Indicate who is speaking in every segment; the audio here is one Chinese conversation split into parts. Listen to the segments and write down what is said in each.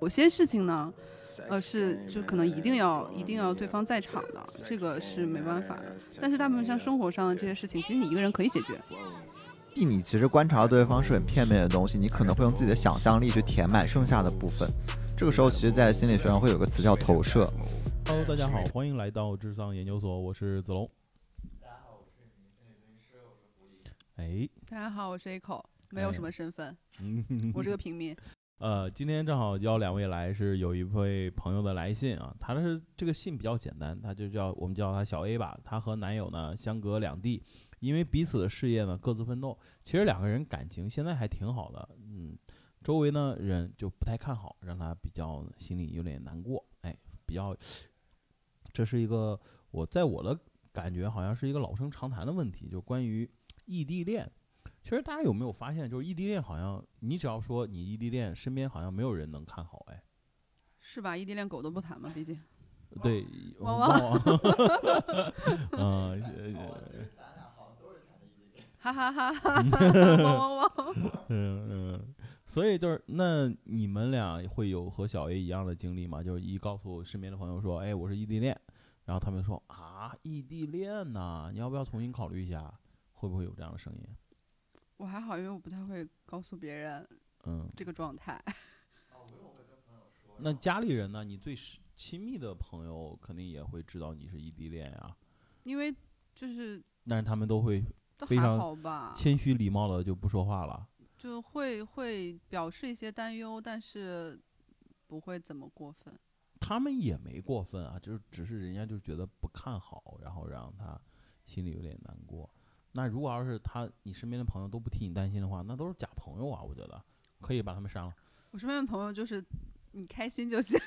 Speaker 1: 有些事情呢，呃，是就可能一定要一定要对方在场的，这个是没办法的。但是大部分像生活上的这些事情，其实你一个人可以解决。
Speaker 2: 替你其实观察到对方是很片面的东西，你可能会用自己的想象力去填满剩下的部分。这个时候，其实，在心理学上会有个词叫投射。
Speaker 3: Hello，大家好，欢迎来到智丧研究所，我是子龙。哎，
Speaker 1: 大家好，我是 A 口，没有什么身份，
Speaker 3: 嗯，
Speaker 1: 我是个平民。
Speaker 3: 呃，今天正好邀两位来，是有一位朋友的来信啊，他是这个信比较简单，他就叫我们叫他小 A 吧。她和男友呢相隔两地，因为彼此的事业呢各自奋斗，其实两个人感情现在还挺好的，嗯，周围呢人就不太看好，让她比较心里有点难过，哎，比较，这是一个我在我的感觉好像是一个老生常谈的问题，就关于异地恋。其实大家有没有发现，就是异地恋好像你只要说你异地恋，身边好像没有人能看好，哎，
Speaker 1: 是吧？异地恋狗都不谈嘛，毕竟
Speaker 3: 对，
Speaker 1: 汪
Speaker 3: 汪汪， 嗯，
Speaker 1: 哈哈哈哈哈哈， 汪汪汪！
Speaker 3: 嗯嗯，所以就是，那你们俩会有和小 A 一样的经历吗？就是一告诉身边的朋友说，哎，我是异地恋，然后他们说啊，异地恋呐、你要不要重新考虑一下？会不会有这样的声音？
Speaker 1: 我还好，因为我不太会告诉别人
Speaker 3: 嗯，
Speaker 1: 这个状态。
Speaker 3: 那家里人呢？你最是亲密的朋友肯定也会知道你是异地恋啊，
Speaker 1: 因为就是
Speaker 3: 但是他们都会
Speaker 1: 都
Speaker 3: 非
Speaker 1: 还
Speaker 3: 常
Speaker 1: 好吧，
Speaker 3: 谦虚礼貌的就不说话了。
Speaker 1: 就会会表示一些担忧，但是不会怎么过分。
Speaker 3: 他们也没过分啊，就是只是人家就觉得不看好，然后让他心里有点难过。那如果要是他你身边的朋友都不替你担心的话，那都是假朋友啊，我觉得可以把他们删了。
Speaker 1: 我身边的朋友就是你开心就行。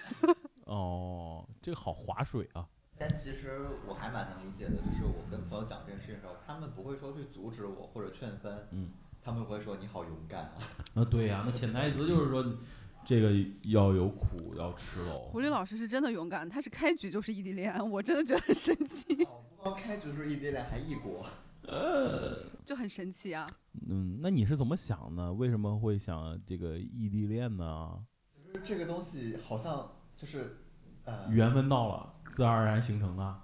Speaker 3: 哦，这个好划水啊。
Speaker 2: 但其实我还蛮能理解的，就是我跟朋友讲这件事情的时候，他们不会说去阻止我或者劝分，
Speaker 3: 嗯，
Speaker 2: 他们会说你好勇敢啊。
Speaker 3: 啊，对呀、那潜台词就是说，这个要有苦要吃喽
Speaker 1: 狐狸老师是真的勇敢，他是开局就是异地恋，我真的觉得很神奇，
Speaker 2: 不光开局是异地恋，还异国。
Speaker 1: 就很神奇啊。
Speaker 3: 嗯，那你是怎么想呢？为什么会想这个异地恋呢？
Speaker 2: 就是这个东西好像就是，呃，
Speaker 3: 缘分到了，自然而然形成的。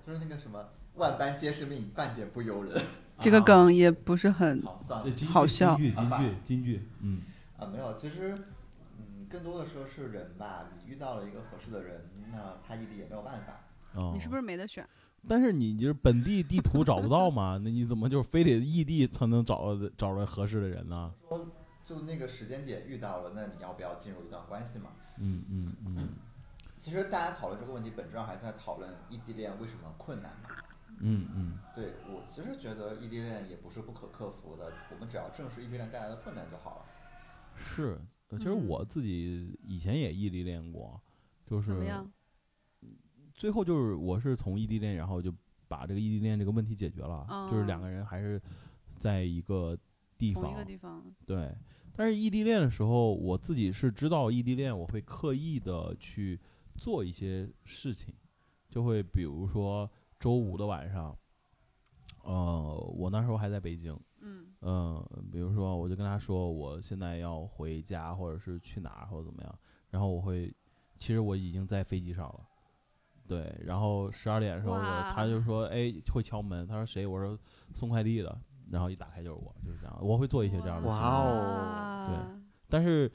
Speaker 2: 就是那个什么万般皆是命，半点不由人。
Speaker 1: 这个
Speaker 3: 啊，哦
Speaker 1: 梗也不是很
Speaker 2: 好丧
Speaker 3: 这金
Speaker 1: 啊好笑
Speaker 3: 金句，
Speaker 2: 好
Speaker 3: 金
Speaker 2: 吧
Speaker 3: 句，金句，嗯。
Speaker 2: 啊，没有，其实，嗯，更多的时候是人吧，你遇到了一个合适的人，那他异地也没有办法。
Speaker 3: 哦
Speaker 1: 你是不是没得选？
Speaker 3: 但是你就是本地地图找不到嘛？那你怎么就是非得异地才能找到找着合适的人呢？
Speaker 2: 就那个时间点遇到了，那你要不要进入一段关系嘛？
Speaker 3: 嗯嗯嗯
Speaker 2: 其实大家讨论这个问题，本质上还是在讨论异地恋为什么困难嘛。
Speaker 3: 嗯嗯，
Speaker 2: 对我其实觉得异地恋也不是不可克服的，我们只要正视异地恋带来的困难就好了。
Speaker 3: 是。呃其实
Speaker 1: 嗯
Speaker 3: 我自己以前也异地恋过，就
Speaker 1: 怎
Speaker 3: 是
Speaker 1: 么样？
Speaker 3: 最后就是我是从异地恋，然后就把这个异地恋这个问题解决了，就是两
Speaker 1: 哦
Speaker 3: 个人还是在一个地
Speaker 1: 同
Speaker 3: 方
Speaker 1: 一个地方，
Speaker 3: 对，但是异地恋的时候，我自己是知道异地恋，我会刻意的去做一些事情，就会比如说周五的晚上，呃，我那时候还在北京，
Speaker 1: 嗯，
Speaker 3: 嗯，比如说我就跟他说我现在要回家，或者是去哪儿，或者怎么样，然后我会，其实我已经在飞机上了，对，然后十二点的时候我他就
Speaker 1: 哇
Speaker 3: 说哎会敲门，他说谁？我说送快递的，然后一打开就是我，就是这样，我会做一些这样的
Speaker 2: 哇
Speaker 3: 事情。
Speaker 2: 哦
Speaker 3: 对，但是，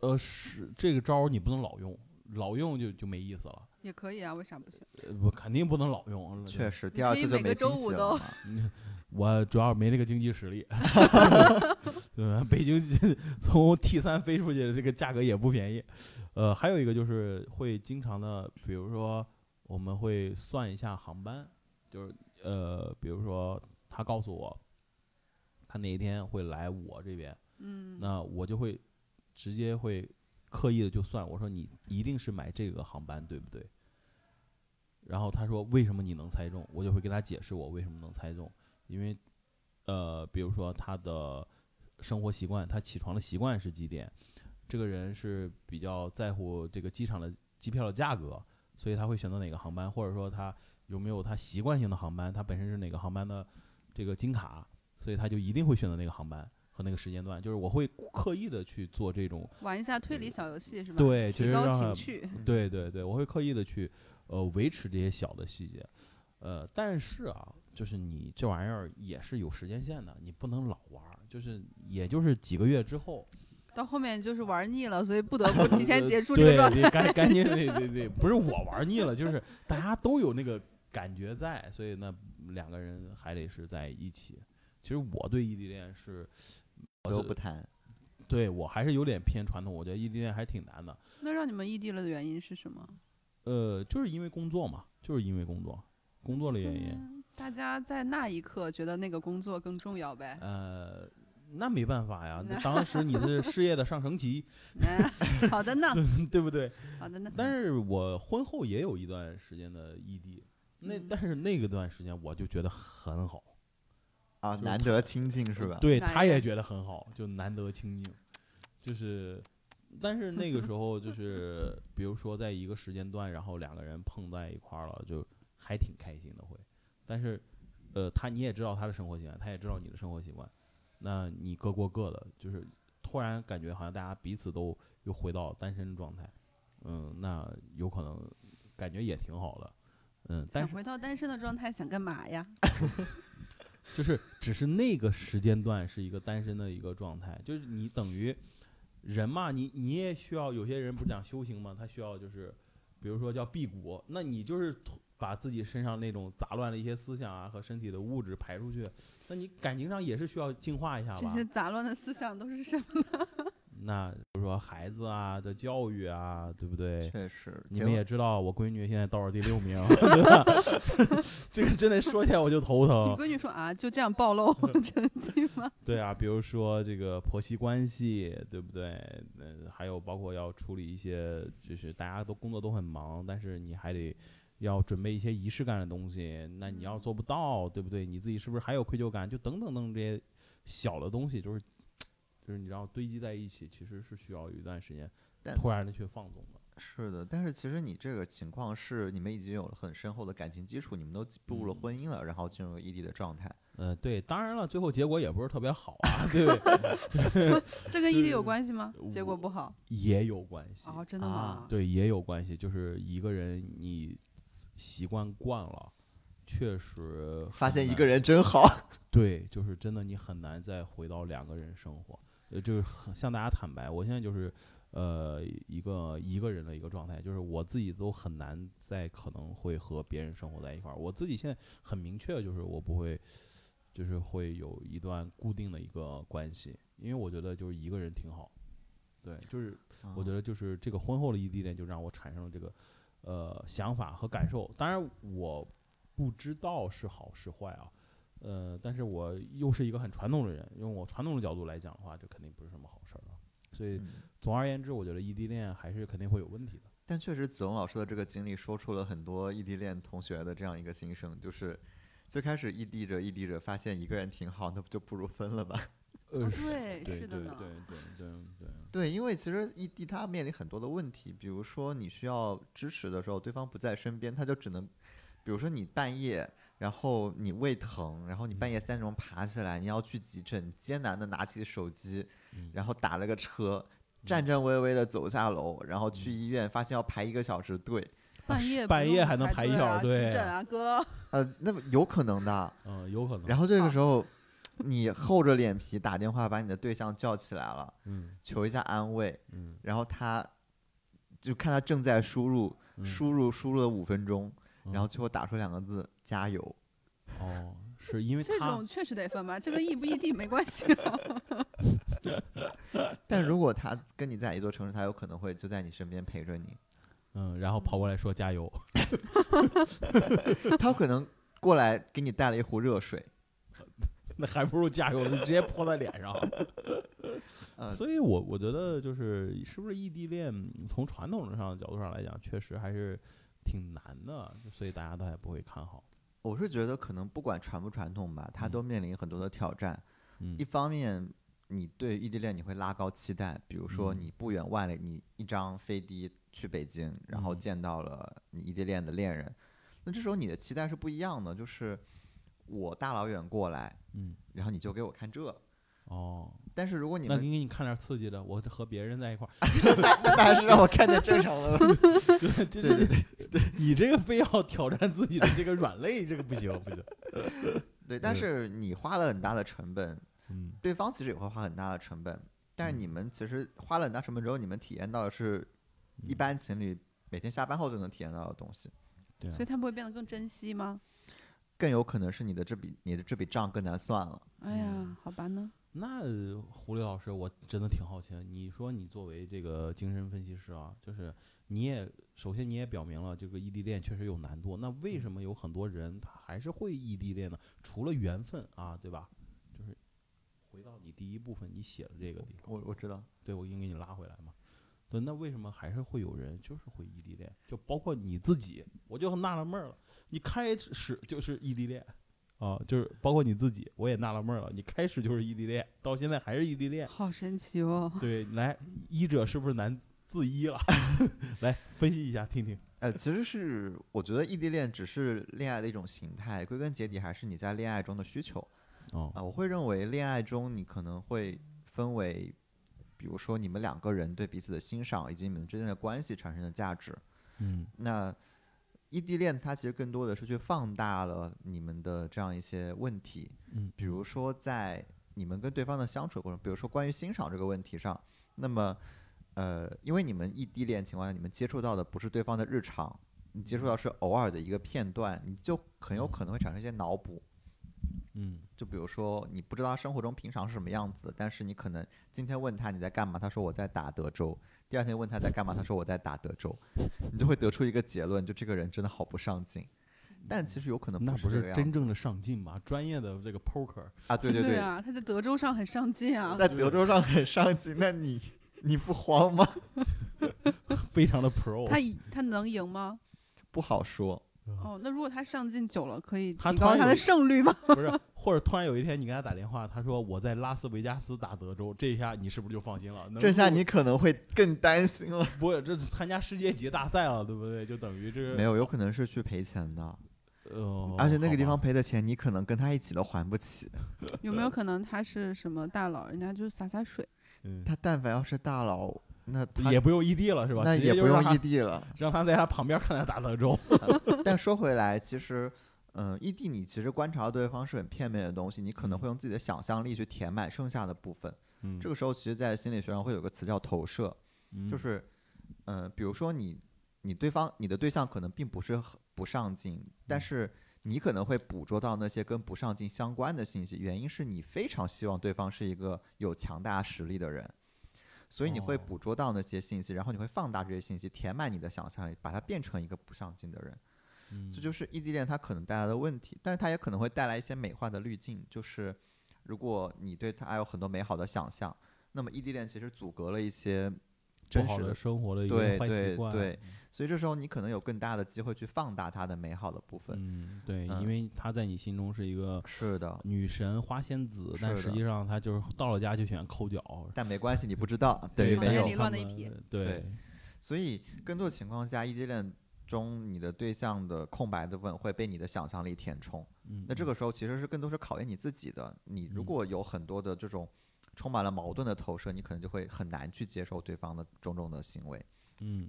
Speaker 3: 呃，是这个招儿你不能老用，老用就就没意思了。
Speaker 1: 也可以啊，为啥不行？
Speaker 3: 呃，不，肯定不能老用。
Speaker 2: 确，实，
Speaker 1: 可
Speaker 2: 第二
Speaker 1: 以
Speaker 2: 次就
Speaker 1: 每个
Speaker 2: 没惊
Speaker 1: 周五
Speaker 2: 喜
Speaker 1: 都
Speaker 2: 了嘛。
Speaker 3: 我主要没那个经济 实力。对吧？北京 从 T 三飞出去的这个价格也不便宜。呃，还有一个就是会经常的，比如说我们会算一下航班，就是呃，比如说他告诉我，他哪一天会来我这边。
Speaker 1: 嗯，
Speaker 3: 那我就会直接会刻意的就算，我说你一定是买这个航班，对不对？然后他说为什么你能猜中，我就会跟他解释我为什么能猜中，因为呃，比如说他的生活习惯，他起床的习惯是几点，这个人是比较在乎这个机场的机票的价格，所以他会选择哪个航班，或者说他有没有他习惯性的航班，他本身是哪个航班的这个金卡，所以他就一定会选择那个航班。和那个时间段，就是我会刻意的去做这种，
Speaker 1: 玩一下推理小游戏是吧？
Speaker 3: 对
Speaker 1: 提
Speaker 3: 其实
Speaker 1: 高
Speaker 3: 让
Speaker 1: 情
Speaker 3: 他
Speaker 1: 趣。
Speaker 2: 嗯
Speaker 3: 对对对，我会刻意的去呃维持这些小的细节，呃，但是啊，就是你这玩意儿也是有时间线的，你不能老玩儿，就是也就是几个月之后，
Speaker 1: 到后面就是玩腻了，所以不得不提前
Speaker 3: 呃
Speaker 1: 结束这个
Speaker 3: 对
Speaker 1: 状态。
Speaker 3: 你赶赶紧得得得，不是我玩腻了，就是大家都有那个感觉在，所以呢，两个人还得是在一起。其实我对异地恋是，我
Speaker 2: 都
Speaker 3: 是
Speaker 2: 不谈。
Speaker 3: 对我还是有点偏传统，我觉得异地恋还挺难的。
Speaker 1: 那让你们异地了的原因是什么？
Speaker 3: 呃，就是因为工作嘛，就是因为工作，工作的原因。。
Speaker 1: 嗯大家在那一刻觉得那个工作更重要呗
Speaker 3: 呃，那没办法呀，那
Speaker 1: 那
Speaker 3: 当时你是事业的上升期，
Speaker 1: 嗯 好的呢，
Speaker 3: 对不对？
Speaker 1: 好的呢。
Speaker 3: 但是我婚后也有一段时间的异地，那
Speaker 1: 嗯
Speaker 3: 但是那个段时间我就觉得很好，
Speaker 2: 啊，
Speaker 3: 就是
Speaker 2: 难得清近是吧？
Speaker 3: 对，
Speaker 1: 男
Speaker 3: 他也
Speaker 1: 人
Speaker 3: 觉得很好，就难得清静，就是，但是那个时候就是，比如说在一个时间段，然后两个人碰在一块儿了，就还挺开心的会，但是，呃，他你也知道他的生活习惯，他也知道你的生活习惯，那你各过各的，就是突然感觉好像大家彼此都又回到单身状态，嗯，那有可能感觉也挺好的，嗯，但
Speaker 1: 想
Speaker 3: 是。
Speaker 1: 回到单身的状态，想干嘛呀？
Speaker 3: 就是只是那个时间段是一个单身的一个状态，就是你等于人嘛，你你也需要有些人不是讲修行嘛，他需要就是比如说叫辟谷，那你就是吐把自己身上那种杂乱的一些思想啊和身体的物质排出去，那你感情上也是需要净化一下
Speaker 1: 这
Speaker 3: 吧
Speaker 1: 些？杂乱的思想都是什么？
Speaker 3: 那比如说孩子啊的教育啊，对不对？
Speaker 2: 确实，
Speaker 3: 你
Speaker 2: 结
Speaker 3: 们
Speaker 2: 婚
Speaker 3: 也知道，我闺女现在倒数第六名，对吧？ 这个真的说起来我就头
Speaker 1: 你
Speaker 3: 疼。
Speaker 1: 闺女说啊，就这样暴露 我的成绩吗？
Speaker 3: 对啊，比如说这个婆媳关系，对不对？呃，还有包括要处理一些，就是大家都工作都很忙，但是你还得要准备一些仪式感的东西，那你要做不到，对不对？你自己是不是还有愧疚感？就等等等这些小的东西，就是就是你知道堆积在一起，其实是需要有一段时间
Speaker 2: 但
Speaker 3: 突然的去放纵的。
Speaker 2: 是的，但是其实你这个情况是你们已经有了很深厚的感情基础，你们都步入了
Speaker 3: 嗯
Speaker 2: 婚姻了，然后进入了异地的状 态。
Speaker 3: 呃，对，当然了，最后结果也不是特别好 啊，对不对？就是
Speaker 1: 这跟异地有
Speaker 3: 是
Speaker 1: 关系吗？结
Speaker 3: 我
Speaker 1: 果不好
Speaker 3: 也有关系
Speaker 1: 哦，真的
Speaker 2: 啊
Speaker 1: 吗？
Speaker 3: 对，也有关系，就是一个人你习惯惯了，确实
Speaker 2: 发
Speaker 3: 很
Speaker 2: 现一
Speaker 3: 难
Speaker 2: 个人真好，
Speaker 3: 对，就是真的你很难再回到两个人生活。呃，就是很向大家坦白，我现在就是呃一个一个人的一个状态，就是我自己都很难再可能会和别人生活在一块儿。我自己现在很明确，就是我不会，就是会有一段固定的一个关系，因为我觉得就是一个人挺好。对，就是我觉
Speaker 2: 得
Speaker 3: 得就是这个婚后的异地恋，就让我产生了这个呃想法和感受。当然，我不知道是好是坏啊，呃，但是我又是一个很传统的人，用我传统的角度来讲的话，这肯定不是什么好事儿啊。所
Speaker 2: 嗯
Speaker 3: 以，总而言之，我觉得异地恋还是肯定会有问题的。
Speaker 2: 但确实，子龙老师的这个经历说出了很多异地恋同学的这样一个心声，就是最开始异地着异地着，发现一个人挺好，那不就不如分了吧？
Speaker 3: 呃，
Speaker 1: 哦
Speaker 3: 是
Speaker 1: 对
Speaker 3: 对
Speaker 1: 是的
Speaker 3: 对对
Speaker 1: 呢
Speaker 3: 对对对，
Speaker 2: 对，因为其实异地他面临很多的问题，比如说你需要支持的时候，对方不在身边，他就只能，比如说你半夜，然后你胃疼，然后你半
Speaker 3: 嗯
Speaker 2: 夜三点钟爬起来，你要去急诊，艰难的拿起手机，
Speaker 3: 嗯
Speaker 2: 然后打了个车，战战巍巍的走下楼，然后
Speaker 3: 嗯
Speaker 2: 去医院，发现要排一个小时队，
Speaker 1: 半夜
Speaker 3: 啊半
Speaker 1: 不
Speaker 3: 夜
Speaker 1: 用
Speaker 3: 还能排
Speaker 1: 排
Speaker 3: 一
Speaker 1: 队
Speaker 3: 小
Speaker 1: 啊
Speaker 3: 队
Speaker 1: 急诊啊， 哥，
Speaker 2: 呃，那么有可能的。
Speaker 3: 嗯、有可能。
Speaker 2: 然后这个时候，你厚着脸皮打电话把你的对象叫起来了，
Speaker 3: 嗯
Speaker 2: 求一下安慰，
Speaker 3: 嗯，
Speaker 2: 然后他就看他正在输入，
Speaker 3: 嗯
Speaker 2: 输入输入了五分钟，然后
Speaker 3: 嗯
Speaker 2: 最后打出两个字“加油”。
Speaker 3: 哦，是因为
Speaker 1: 这
Speaker 3: 他
Speaker 1: 种确实得分吧，这跟异不异地没关 系。
Speaker 2: 但如果他跟你在一座城市，他有可能会就在你身边陪着你，
Speaker 3: 嗯，然后跑过来说加油。
Speaker 2: 他有可能过来给你带了一壶热水。
Speaker 3: 那还不如加油，直接泼在脸 上。
Speaker 2: 呃
Speaker 3: 所以我我觉得就是是不是异地恋，从传统上的角度上来讲，确实还是挺难的，所以大家都还不会看好。
Speaker 2: 我是觉得可能不管传不传统吧，他都面临很多的挑战。
Speaker 3: 嗯
Speaker 2: 一方面，你对异地恋你会拉高期待，比如说
Speaker 3: 嗯
Speaker 2: 你不远万里，你一张飞的去北京，然后
Speaker 3: 嗯
Speaker 2: 见到了你异地恋的恋人，那这时候你的期待是不一样的，就是我大老远过来，
Speaker 3: 嗯，
Speaker 2: 然后你就给我看这，
Speaker 3: 哦，
Speaker 2: 但是如果你
Speaker 3: 那
Speaker 2: 们
Speaker 3: 给你看点刺激的，我和别人在一块儿，
Speaker 2: 那还是让我看见正常的问题。
Speaker 3: 对对
Speaker 2: 对
Speaker 3: 对对，你这个非要挑战自己的这个软肋，这个不行不行。
Speaker 2: 对，但
Speaker 3: 嗯
Speaker 2: 是你花了很大的成本，
Speaker 3: 嗯，
Speaker 2: 对方其实也会花很大的成本，但是
Speaker 3: 嗯
Speaker 2: 你们其实花了很大成本之后，你们体验到的是一
Speaker 3: 嗯
Speaker 2: 般情侣每天下班后都能体验到的东西，
Speaker 3: 对啊
Speaker 1: 所以，他不会变得更珍惜吗？
Speaker 2: 更有可能是你的这笔你的这笔账更难算了。
Speaker 1: 哎呀
Speaker 3: 嗯，
Speaker 1: 好吧呢，
Speaker 3: 那呃胡磊老师，我真的挺好奇的，你说你作为这个精神分析师啊，就是你也首先你也表明了这个异地恋确实有难度，那为什么有很多人他还是会异地恋呢？除了缘分啊，对吧？就是回到你第一部分你写的这个地方，
Speaker 2: 我我知道，
Speaker 3: 对我已经给你拉回来嘛。对，那为什么还是会有人就是会异地恋？就包括你自己，我就纳了闷儿了。你开始就是异地恋啊，就是包括你自己，我也纳了闷儿了。你开始就是异地恋，到现在还是异地恋。
Speaker 1: 好神奇哦。
Speaker 3: 对，来，医者是不是难自医了？ 来分析一下，听听。
Speaker 2: 呃，其实是我觉得异地恋只是恋爱的一种形态，归根结底还是你在恋爱中的需求
Speaker 3: 哦
Speaker 2: 啊、我会认为恋爱中你可能会分为，比如说你们两个人对彼此的欣赏，以及你们之间的关系产生的价值。
Speaker 3: 嗯
Speaker 2: 那异地恋它其实更多的是去放大了你们的这样一些问题，
Speaker 3: 嗯，
Speaker 2: 比如说在你们跟对方的相处过程，比如说关于欣赏这个问题上，那么呃，因为你们异地恋情况下，你们接触到的不是对方的日常，你接触到是偶尔的一个片段，你就很有可能会产生一些脑补。
Speaker 3: 嗯
Speaker 2: 就比如说，你不知道他生活中平常是什么样子，但是你可能今天问他你在干嘛，他说我在打德州；第二天问他在干嘛，他说我在打德州，你就会得出一个结论，就这个人真的好不上进。但其实有可能
Speaker 3: 嗯那
Speaker 2: 不
Speaker 3: 不
Speaker 2: 这个
Speaker 3: 是
Speaker 2: 样
Speaker 3: 真
Speaker 2: 子
Speaker 3: 正的上进吧？专业的这个 poker，
Speaker 2: 啊，对对对，
Speaker 1: 啊，他在德州上很上进啊。
Speaker 2: 在德州上很上进，那你你不慌吗？
Speaker 3: 非常的 pro。
Speaker 1: 他以他能赢吗？
Speaker 2: 不好说。
Speaker 1: 哦，那如果他上进久了，可以
Speaker 3: 他
Speaker 1: 提
Speaker 3: 突
Speaker 1: 高
Speaker 3: 然
Speaker 1: 他
Speaker 3: 有
Speaker 1: 的胜率 吗？
Speaker 3: 不是，或者突然有一天你给他打电话，他说我在拉斯维加斯打德州，这一下你是不是就放心了？能
Speaker 2: 这下
Speaker 3: 入
Speaker 2: 你可能会更担心了。
Speaker 3: 不会这是参加世界级大赛了，对不对？就等于这
Speaker 2: 没有，有可能是去赔钱的，
Speaker 3: 呃，
Speaker 2: 而且那
Speaker 3: 好
Speaker 2: 个地
Speaker 3: 吧
Speaker 2: 方赔的钱，你可能跟他一起都还不起。
Speaker 1: 有没有可能他是什么大佬，人家就洒洒水？
Speaker 3: 嗯
Speaker 2: 他但凡要是大佬，那他
Speaker 3: 也不用异地了，是吧？
Speaker 2: 那
Speaker 3: 直接
Speaker 2: 也
Speaker 3: 就
Speaker 2: 不
Speaker 3: 让
Speaker 2: 用
Speaker 3: 他
Speaker 2: 异地了。
Speaker 3: 让他在他旁边看他打德州。
Speaker 2: 但说回来，其实，嗯、异地你其实观察到对方是很片面的东西，你可能会用自己的想象力去填满剩下的部分。
Speaker 3: 嗯
Speaker 2: 这个时候，其实，在心理学上会有个词叫投射，就
Speaker 3: 嗯
Speaker 2: 是，嗯、比如说你，你对方，你的对象可能并不是很不上进，但
Speaker 3: 嗯
Speaker 2: 是你可能会捕捉到那些跟不上进相关的信息，原因是你非常希望对方是一个有强大实力的人。所以你会
Speaker 3: 哦
Speaker 2: 捕捉到那些信息，然后你会放大这些信息，填满你的想象力，把它变成一个不上进的人。
Speaker 3: 嗯
Speaker 2: 这就是异地恋它可能带来的问题，但是它也可能会带来一些美化的滤镜，就是如果你对它有很多美好的想象，那么异地恋其实阻隔了一些真
Speaker 3: 不好
Speaker 2: 实
Speaker 3: 的
Speaker 2: 的，
Speaker 3: 生活的一
Speaker 2: 对
Speaker 3: 个坏习
Speaker 2: 对
Speaker 3: 惯。
Speaker 2: 对，所以这时候你可能有更大的机会去放大它的美好的部分。
Speaker 3: 嗯，对，
Speaker 2: 嗯
Speaker 3: 因为他在你心中是一个
Speaker 2: 是的，
Speaker 3: 女神花仙子，但
Speaker 2: 是
Speaker 3: 实
Speaker 2: 的
Speaker 3: 际上他就是到了家就喜欢抠脚。
Speaker 2: 但没关系，你不知道等于
Speaker 1: 房
Speaker 2: 嗯没
Speaker 1: 间
Speaker 2: 有
Speaker 1: 里。乱的
Speaker 3: 他
Speaker 1: 一
Speaker 3: 们
Speaker 1: 批。
Speaker 3: 对
Speaker 2: 对，所以更多情况下，异地恋中你的对象的空白的部分会被你的想象力填充。
Speaker 3: 嗯
Speaker 2: 那这
Speaker 3: 嗯
Speaker 2: 个时候其实是更多是考验你自己的。你如
Speaker 3: 嗯
Speaker 2: 果有很多的这种充满了矛盾的投射，你可能就会很难去接受对方的种种的行为。
Speaker 3: 嗯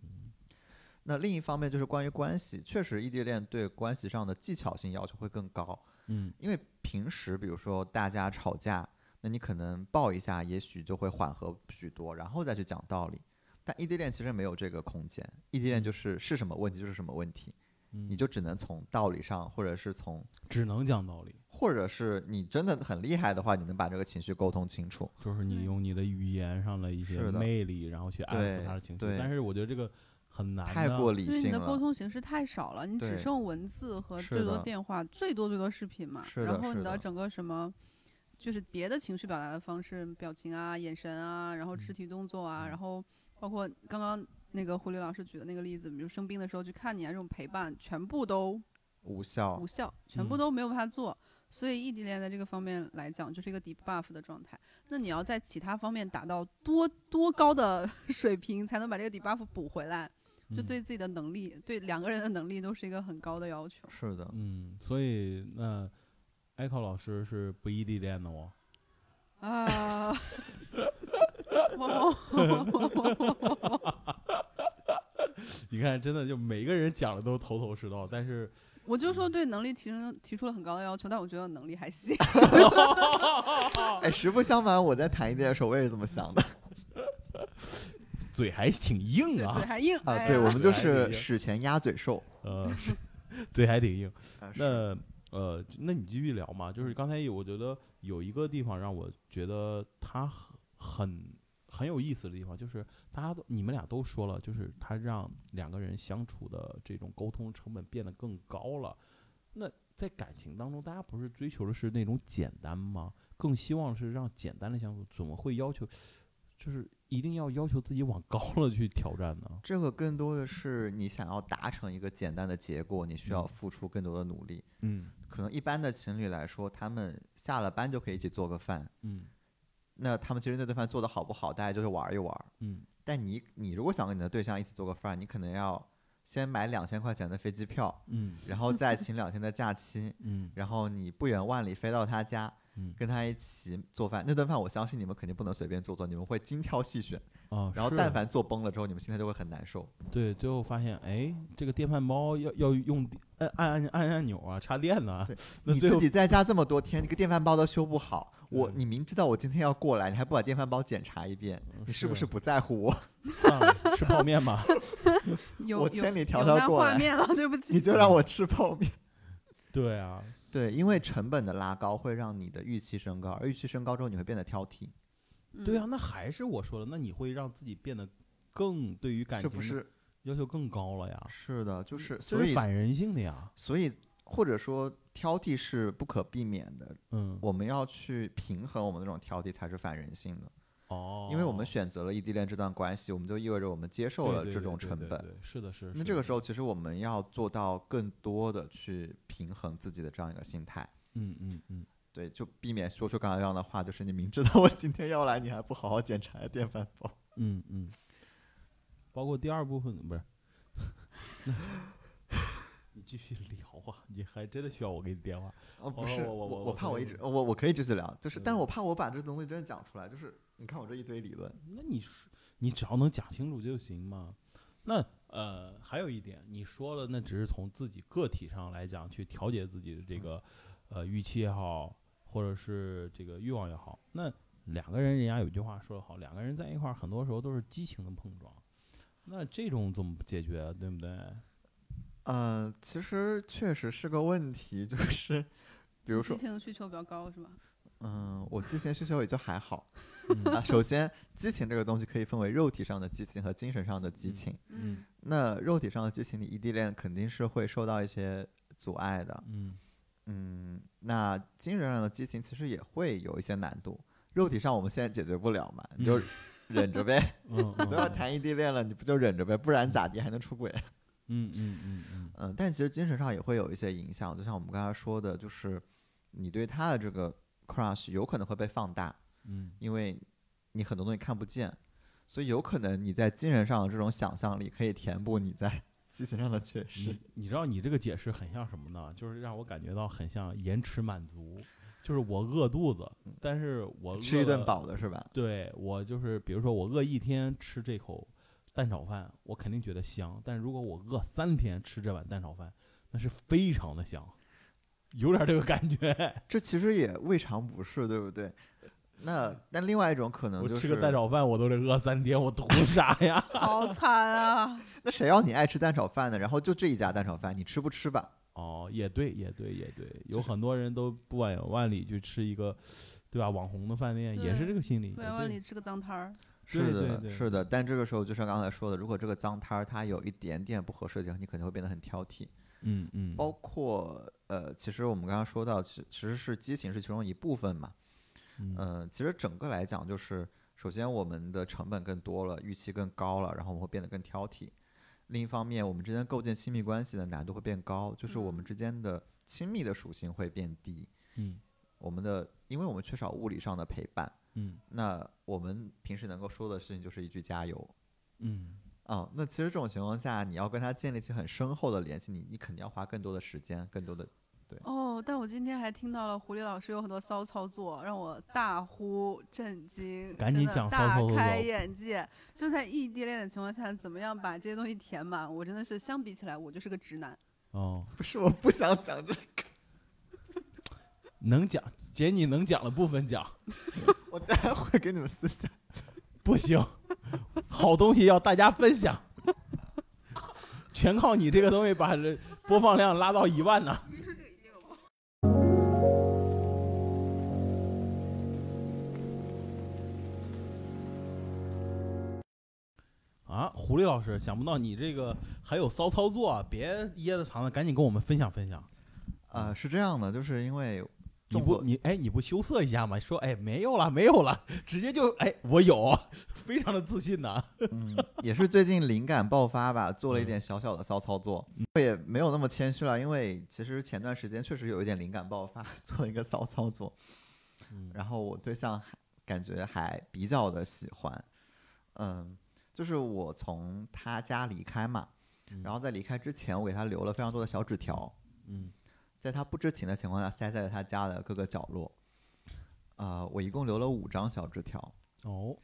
Speaker 2: 那另一方面就是关于关系，确实异地恋对关系上的技巧性要求会更高，
Speaker 3: 嗯
Speaker 2: 因为平时比如说大家吵架，那你可能抱一下，也许就会缓和许多，然后再去讲道理。但异地恋其实没有这个空间，异地恋就是是什么问题就是什么问题，
Speaker 3: 嗯，
Speaker 2: 你就只能从道理上，或者是从
Speaker 3: 只能讲道理，
Speaker 2: 或者是你真的很厉害的话，你能把这个情绪沟通清楚。
Speaker 3: 就是你
Speaker 1: 对
Speaker 3: 用你的语言上的一些
Speaker 2: 是的
Speaker 3: 魅力，然后去安
Speaker 2: 对
Speaker 3: 抚他的情绪。
Speaker 2: 对
Speaker 3: 但是我觉得这个很难的，
Speaker 2: 太过理
Speaker 1: 因为你
Speaker 2: 性
Speaker 1: 的沟
Speaker 2: 了，
Speaker 1: 通形式太少了，你只
Speaker 2: 对
Speaker 1: 剩文字和
Speaker 2: 是
Speaker 1: 最多
Speaker 2: 的
Speaker 1: 电话，最多最多视频嘛。
Speaker 2: 是的
Speaker 1: 然后
Speaker 2: 是
Speaker 1: 你的
Speaker 2: 的
Speaker 1: 整个什么，就是别的情绪表达的方式，表情啊、眼神啊，然后
Speaker 2: 嗯
Speaker 1: 肢体动作啊，然后包括刚刚那个胡林老师举的那个例子，比如生病的时候去看你啊，这种陪伴全部都
Speaker 2: 无效
Speaker 1: 无。效，全部
Speaker 3: 嗯
Speaker 1: 都没有办法做。所以异地恋在这个方面来讲，就是一个 debuff 的状态。那你要在其他方面达到多多高的 水平，才能把这个 debuff 补回来？就
Speaker 3: 嗯
Speaker 1: 对自己的能力，对两个人的能力都是一个很高的要求。
Speaker 2: 是的，
Speaker 3: 嗯，所以那 Echo 老师是不异地恋的哦，
Speaker 1: 啊，我我
Speaker 3: 你看，真的就每个人讲的都头头是道，但是
Speaker 1: 我就说对能力提升提出了很高的要求，但我觉得能力还行。
Speaker 2: 啊
Speaker 1: 哦
Speaker 2: 哎，实不相瞒，我在谈一件事，我也是这么想的
Speaker 3: 嘴还挺
Speaker 1: 对，
Speaker 3: 硬
Speaker 1: 嘴
Speaker 3: 啊，
Speaker 1: 还硬
Speaker 2: 啊。
Speaker 1: 哎
Speaker 2: 对，
Speaker 1: 呀
Speaker 2: 我们就
Speaker 3: 哎
Speaker 2: 是
Speaker 3: 呀
Speaker 2: 史前鸭嘴兽。
Speaker 3: 呃，是 嘴还挺硬。
Speaker 2: 啊是
Speaker 3: 那呃，那你继续聊嘛。就是刚才有我觉得有一个地方让我觉得他很很很有意思的地方，就是大家都你们俩都说了，就是他让两个人相处的这种沟通成本变得更高了。那在感情当中，大家不是追求的是那种简单吗？更希望是让简单的相处，怎么会要求就是一定要要求自己往高了去挑战呢？
Speaker 2: 这个更多的是你想要达成一个简单的结果，你需要
Speaker 3: 嗯
Speaker 2: 付出更多的努力。
Speaker 3: 嗯
Speaker 2: 可能一般的情侣来说，他们下了班就可以一起做个饭，
Speaker 3: 嗯
Speaker 2: 那他们其实那顿饭做的好不好，大家就是玩一玩。
Speaker 3: 嗯
Speaker 2: 但你你如果想跟你的对象一起做个饭，你可能要先买两千块钱的飞机票，
Speaker 3: 嗯
Speaker 2: 然 后再请两天的假期，
Speaker 3: 嗯
Speaker 2: 然后你不远万里飞到他家，
Speaker 3: 嗯
Speaker 2: 跟他一起做饭。那顿饭我相信你们肯定不能随便做做，你们会精挑细选。
Speaker 3: 啊，
Speaker 2: 然后
Speaker 3: 是
Speaker 2: 但凡做崩了之后，你们心态就会很难受。
Speaker 3: 对，最后发现，哎，这个电饭煲要要用按按按按按钮啊，插电呢、
Speaker 2: 对
Speaker 3: 那
Speaker 2: 你
Speaker 3: 最
Speaker 2: 自
Speaker 3: 后
Speaker 2: 己在家这么多天，你个电饭煲都修不好，我
Speaker 3: 嗯
Speaker 2: 你明知道我今天要过来，你还不把电饭煲检查一遍，你是不是不在乎我？
Speaker 3: 啊、吃泡面吗？
Speaker 1: 有
Speaker 2: 我
Speaker 1: 有
Speaker 2: 千里迢
Speaker 1: 有
Speaker 2: 迢
Speaker 1: 那
Speaker 2: 过
Speaker 1: 画
Speaker 2: 来
Speaker 1: 面了，对不起
Speaker 2: 你。就让我吃泡面？
Speaker 3: 对啊，
Speaker 2: 对，因为成本的拉高会让你的预期升高，而预期升高之后你会变得挑剔，
Speaker 1: 嗯
Speaker 3: 对啊，那还是我说的，那你会让自己变得更对于感
Speaker 2: 这
Speaker 3: 情
Speaker 2: 不
Speaker 3: 的
Speaker 2: 是？
Speaker 3: 要求更高了呀，
Speaker 2: 是的，就是
Speaker 3: 这
Speaker 2: 所以
Speaker 3: 反人性的呀，
Speaker 2: 所以或者说挑剔是不可避免的，
Speaker 3: 嗯，
Speaker 2: 我们要去平衡我们那种挑剔才是反人性的，
Speaker 3: 哦，
Speaker 2: 因为我们选择了异地恋这段关系，我们就意味着我们接受
Speaker 3: 对
Speaker 2: 了
Speaker 3: 对
Speaker 2: 这
Speaker 3: 对
Speaker 2: 种
Speaker 3: 对
Speaker 2: 成
Speaker 3: 对
Speaker 2: 本。
Speaker 3: 对是的是的。
Speaker 2: 那
Speaker 3: 是
Speaker 2: 这
Speaker 3: 的
Speaker 2: 个时候，，其实我们要做到更多的去平衡自己的这样一个心态，
Speaker 3: 嗯嗯嗯，
Speaker 2: 对，就避免说出刚才这样的话，就是你明知道我今天要来，你还不好好检查电饭煲。
Speaker 3: 嗯嗯，包括第二部分不是， 你继续聊啊，你还真的需要我给你电话？
Speaker 2: 哦，
Speaker 3: 哦
Speaker 2: 不是，
Speaker 3: 我我我
Speaker 2: 我
Speaker 3: 我
Speaker 2: 怕
Speaker 3: 可
Speaker 2: 我
Speaker 3: 以
Speaker 2: 一直，我我可以继续聊，就是，但是
Speaker 3: 嗯
Speaker 2: 我怕我把这东西真的讲出来，就是你看我这一堆理论，
Speaker 3: 那你说你只要能讲清楚就行嘛。那呃，还有一点，你说了，那只是从自己个体上来讲去调节自己的这个呃预期也好，或者是这个欲望也好。那两个人，人家有句话说得好，两个人在一块儿，很多时候都是激情的碰撞。那这种怎么解决，啊对不对？
Speaker 2: 嗯、其实确实是个问题，就是比如
Speaker 1: 激
Speaker 2: 说，
Speaker 1: 情的需求比较高是吧？
Speaker 2: 嗯、我激情需求也就还 好
Speaker 3: 嗯
Speaker 2: 啊。首先，激情这个东西可以分为肉体上的激情和精神上的激
Speaker 3: 嗯
Speaker 2: 情。
Speaker 3: 嗯
Speaker 2: 那肉体上的激情，你异地恋肯定是会受到一些阻碍的。
Speaker 3: 嗯
Speaker 2: 嗯，那精神上的激情其实也会有一些难度。肉体上我们现在解决不了嘛，你就忍着呗。
Speaker 3: 嗯，
Speaker 2: 你都要
Speaker 3: 嗯
Speaker 2: 谈异地恋了，你不就忍着呗？不然咋地还能出轨？
Speaker 3: 嗯嗯嗯嗯
Speaker 2: 嗯，但其实精神上也会有一些影响，就像我们刚才说的，就是你对他的这个 crush 有可能会被放大，
Speaker 3: 嗯
Speaker 2: 因为你很多东西看不见，所以有可能你在精神上的这种想象力可以填补你在 激情上的缺失。
Speaker 3: 你你知道你这个解释很像什么呢？就是让我感觉到很像延迟满足，就是我饿肚子，但是我
Speaker 2: 嗯吃一
Speaker 3: 饿
Speaker 2: 顿
Speaker 3: 了，
Speaker 2: 饱的是吧？
Speaker 3: 对我就是比如说我饿一天吃这口蛋炒饭，我肯定觉得香，但如果我饿三天吃这碗蛋炒饭，那是非常的香，有点这个感觉。
Speaker 2: 这其实也未尝不是，对不对？ 那那另外一种可能
Speaker 3: 我
Speaker 2: 嗯就是
Speaker 3: 吃个蛋炒饭我都得饿三天，我图啥呀？
Speaker 1: 好惨啊！
Speaker 2: 那谁让你爱吃蛋炒饭呢？然后就这一家蛋炒饭，你吃不吃吧？
Speaker 3: 哦，也对，也对，也对，有
Speaker 2: 就是
Speaker 3: 很多人都不远万里去吃一个，对吧？网红的饭店也是
Speaker 1: 对
Speaker 3: 这个心理。
Speaker 1: 不
Speaker 3: 也
Speaker 1: 远万
Speaker 3: 对
Speaker 1: 里吃个脏摊儿，
Speaker 2: 是
Speaker 3: 对
Speaker 2: 的，
Speaker 3: 对
Speaker 2: 是的。但这个时候，就像刚才说的，如果这个脏摊儿它有一点点不合适的地方，你可能会变得很挑剔。
Speaker 3: 嗯嗯，
Speaker 2: 包括呃，其实我们刚刚说到，其其实是激情是其中一部分嘛。
Speaker 3: 嗯
Speaker 2: 嗯，其实整个来讲，就是首先我们的成本更多了，预期更高了，然后我们会变得更挑剔。另一方面，我们之间构建亲密关系的难度会变高，就是我
Speaker 1: 嗯
Speaker 2: 们之间的亲密的属性会变低。
Speaker 3: 嗯
Speaker 2: 我们的，因为我们缺少物理上的陪伴，
Speaker 3: 嗯
Speaker 2: 那我们平时能够说的事情就是一句加油
Speaker 3: 嗯
Speaker 2: 啊、那其实这种情况下，你要跟他建立起很深厚的联系，你你肯定要花更多的时间，更多的对，
Speaker 1: 哦，但我今天还听到了狐狸老师有很多骚操作，让我大呼震惊，
Speaker 3: 赶紧
Speaker 1: 真的
Speaker 3: 讲骚
Speaker 1: 大
Speaker 3: 操作
Speaker 1: 开眼界。就在异地恋的情况下，怎么样把这些东西填满？我真的是相比起来，我就是个直男。
Speaker 3: 哦，
Speaker 2: 不是我不想讲这个，
Speaker 3: 能讲，姐你能讲的部分讲，
Speaker 2: 我待会儿给你们私下。
Speaker 3: 不行，好东西要大家分享，全靠你这个东西把人播放量拉到一万呢。啊，狐狸老师，想不到你这个还有骚操作啊！别掖着藏着，赶紧跟我们分享分享。
Speaker 2: 啊、是这样的，就是因为
Speaker 3: 你
Speaker 2: 众
Speaker 3: 不
Speaker 2: 所
Speaker 3: 你哎，你不羞涩一下吗？说哎没有了没有了， 直接就哎我有， 非常的自信呐、
Speaker 2: 嗯，也是最近灵感爆发吧，做了一点小小的骚操作，我也没有那么谦虚了，因为其实前段时间确实有一点灵感爆发，做了一个骚操作，
Speaker 3: 嗯
Speaker 2: 然后我对象还感觉还比较的喜欢，嗯，就是我从他家离开嘛，然后在离开之前，我给他留了非常多的小纸条，
Speaker 3: 嗯
Speaker 2: 在他不知情的情况下塞在了他家的各个角落，啊，我一共留了五张小纸条，
Speaker 3: 哦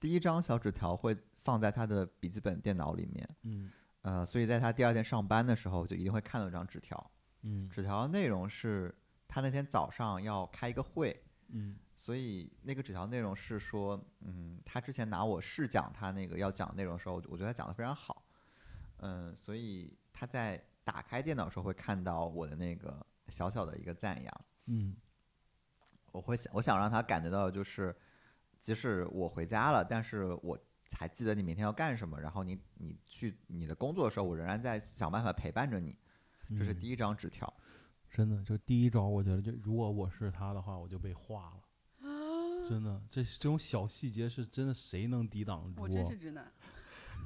Speaker 2: 第一张小纸条会放在他的笔记本电脑里面。
Speaker 3: 嗯
Speaker 2: 呃，所以在他第二天上班的时候，就一定会看到一张纸条。
Speaker 3: 嗯
Speaker 2: 纸条的内容是他那天早上要开一个会，
Speaker 3: 嗯
Speaker 2: 所以那个纸条内容是说，嗯，他之前拿我试讲他那个要讲的内容的时候，我觉得他讲的非常好，嗯，所以他在打开电脑的时候会看到我的那个小小的一个赞扬。
Speaker 3: 嗯
Speaker 2: 我会想，我想让他感觉到，就是即使我回家了，但是我还记得你明天要干什么，然后你你去你的工作的时候，我仍然在想办法陪伴着你。
Speaker 3: 嗯，
Speaker 2: 这是第一张纸条，
Speaker 3: 真的，就第一招，我觉得就如果我是他的话，我就被化了。真的，这这种小细节是真的，谁能抵挡住？啊
Speaker 1: 我真是直男。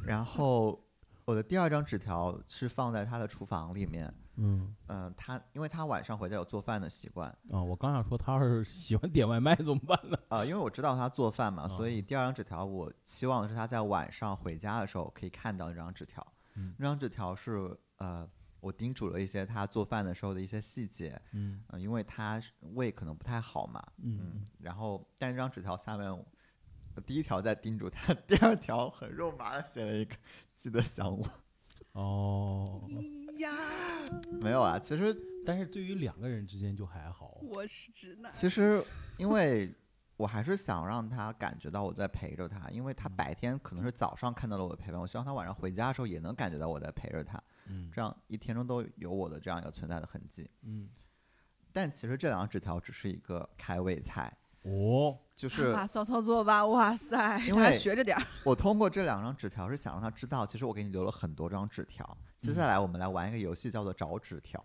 Speaker 2: 然后我的第二张纸条是放在他的厨房里面。
Speaker 3: 嗯
Speaker 2: 嗯、他因为他晚上回家有做饭的习惯，
Speaker 3: 啊，我刚想说，他要是喜欢点外卖怎么办呢？
Speaker 2: 呃，因为我知道他做饭嘛，所
Speaker 3: 哦
Speaker 2: 以第二张纸条我期望的是他在晚上回家的时候可以看到那张纸条。
Speaker 3: 嗯
Speaker 2: 那张纸条是呃，我叮嘱了一些他做饭的时候的一些细节，
Speaker 3: 嗯
Speaker 2: 嗯，因为他是胃可能不太好嘛，嗯
Speaker 3: 嗯，，
Speaker 2: 然后但是这张纸条下面，我第一条在叮嘱他，第二条很肉麻的写了一个记得想我，
Speaker 3: 哦，
Speaker 1: 呀，
Speaker 2: 没有啊，其实
Speaker 3: 但是对于两个人之间就还好。
Speaker 1: 我是直男。
Speaker 2: 其实因为我还是想让他感觉到我在陪着他，因为他白天可能是早上看到了我的陪伴，我希望他晚上回家的时候也能感觉到我在陪着他，
Speaker 3: 嗯
Speaker 2: 这样一天中都有我的这样一个存在的痕迹。
Speaker 3: 嗯，
Speaker 2: 但其实这两张纸条只是一个开胃菜，
Speaker 3: 哦，
Speaker 2: 就是
Speaker 1: 啊，骚操作吧，哇塞，
Speaker 2: 因
Speaker 1: 大家
Speaker 2: 为
Speaker 1: 学着点儿。
Speaker 2: 我通过这两张纸条是想让他知道，其实我给你留了很多张纸条。接
Speaker 3: 嗯
Speaker 2: 下来我们来玩一个游戏，叫做找纸条。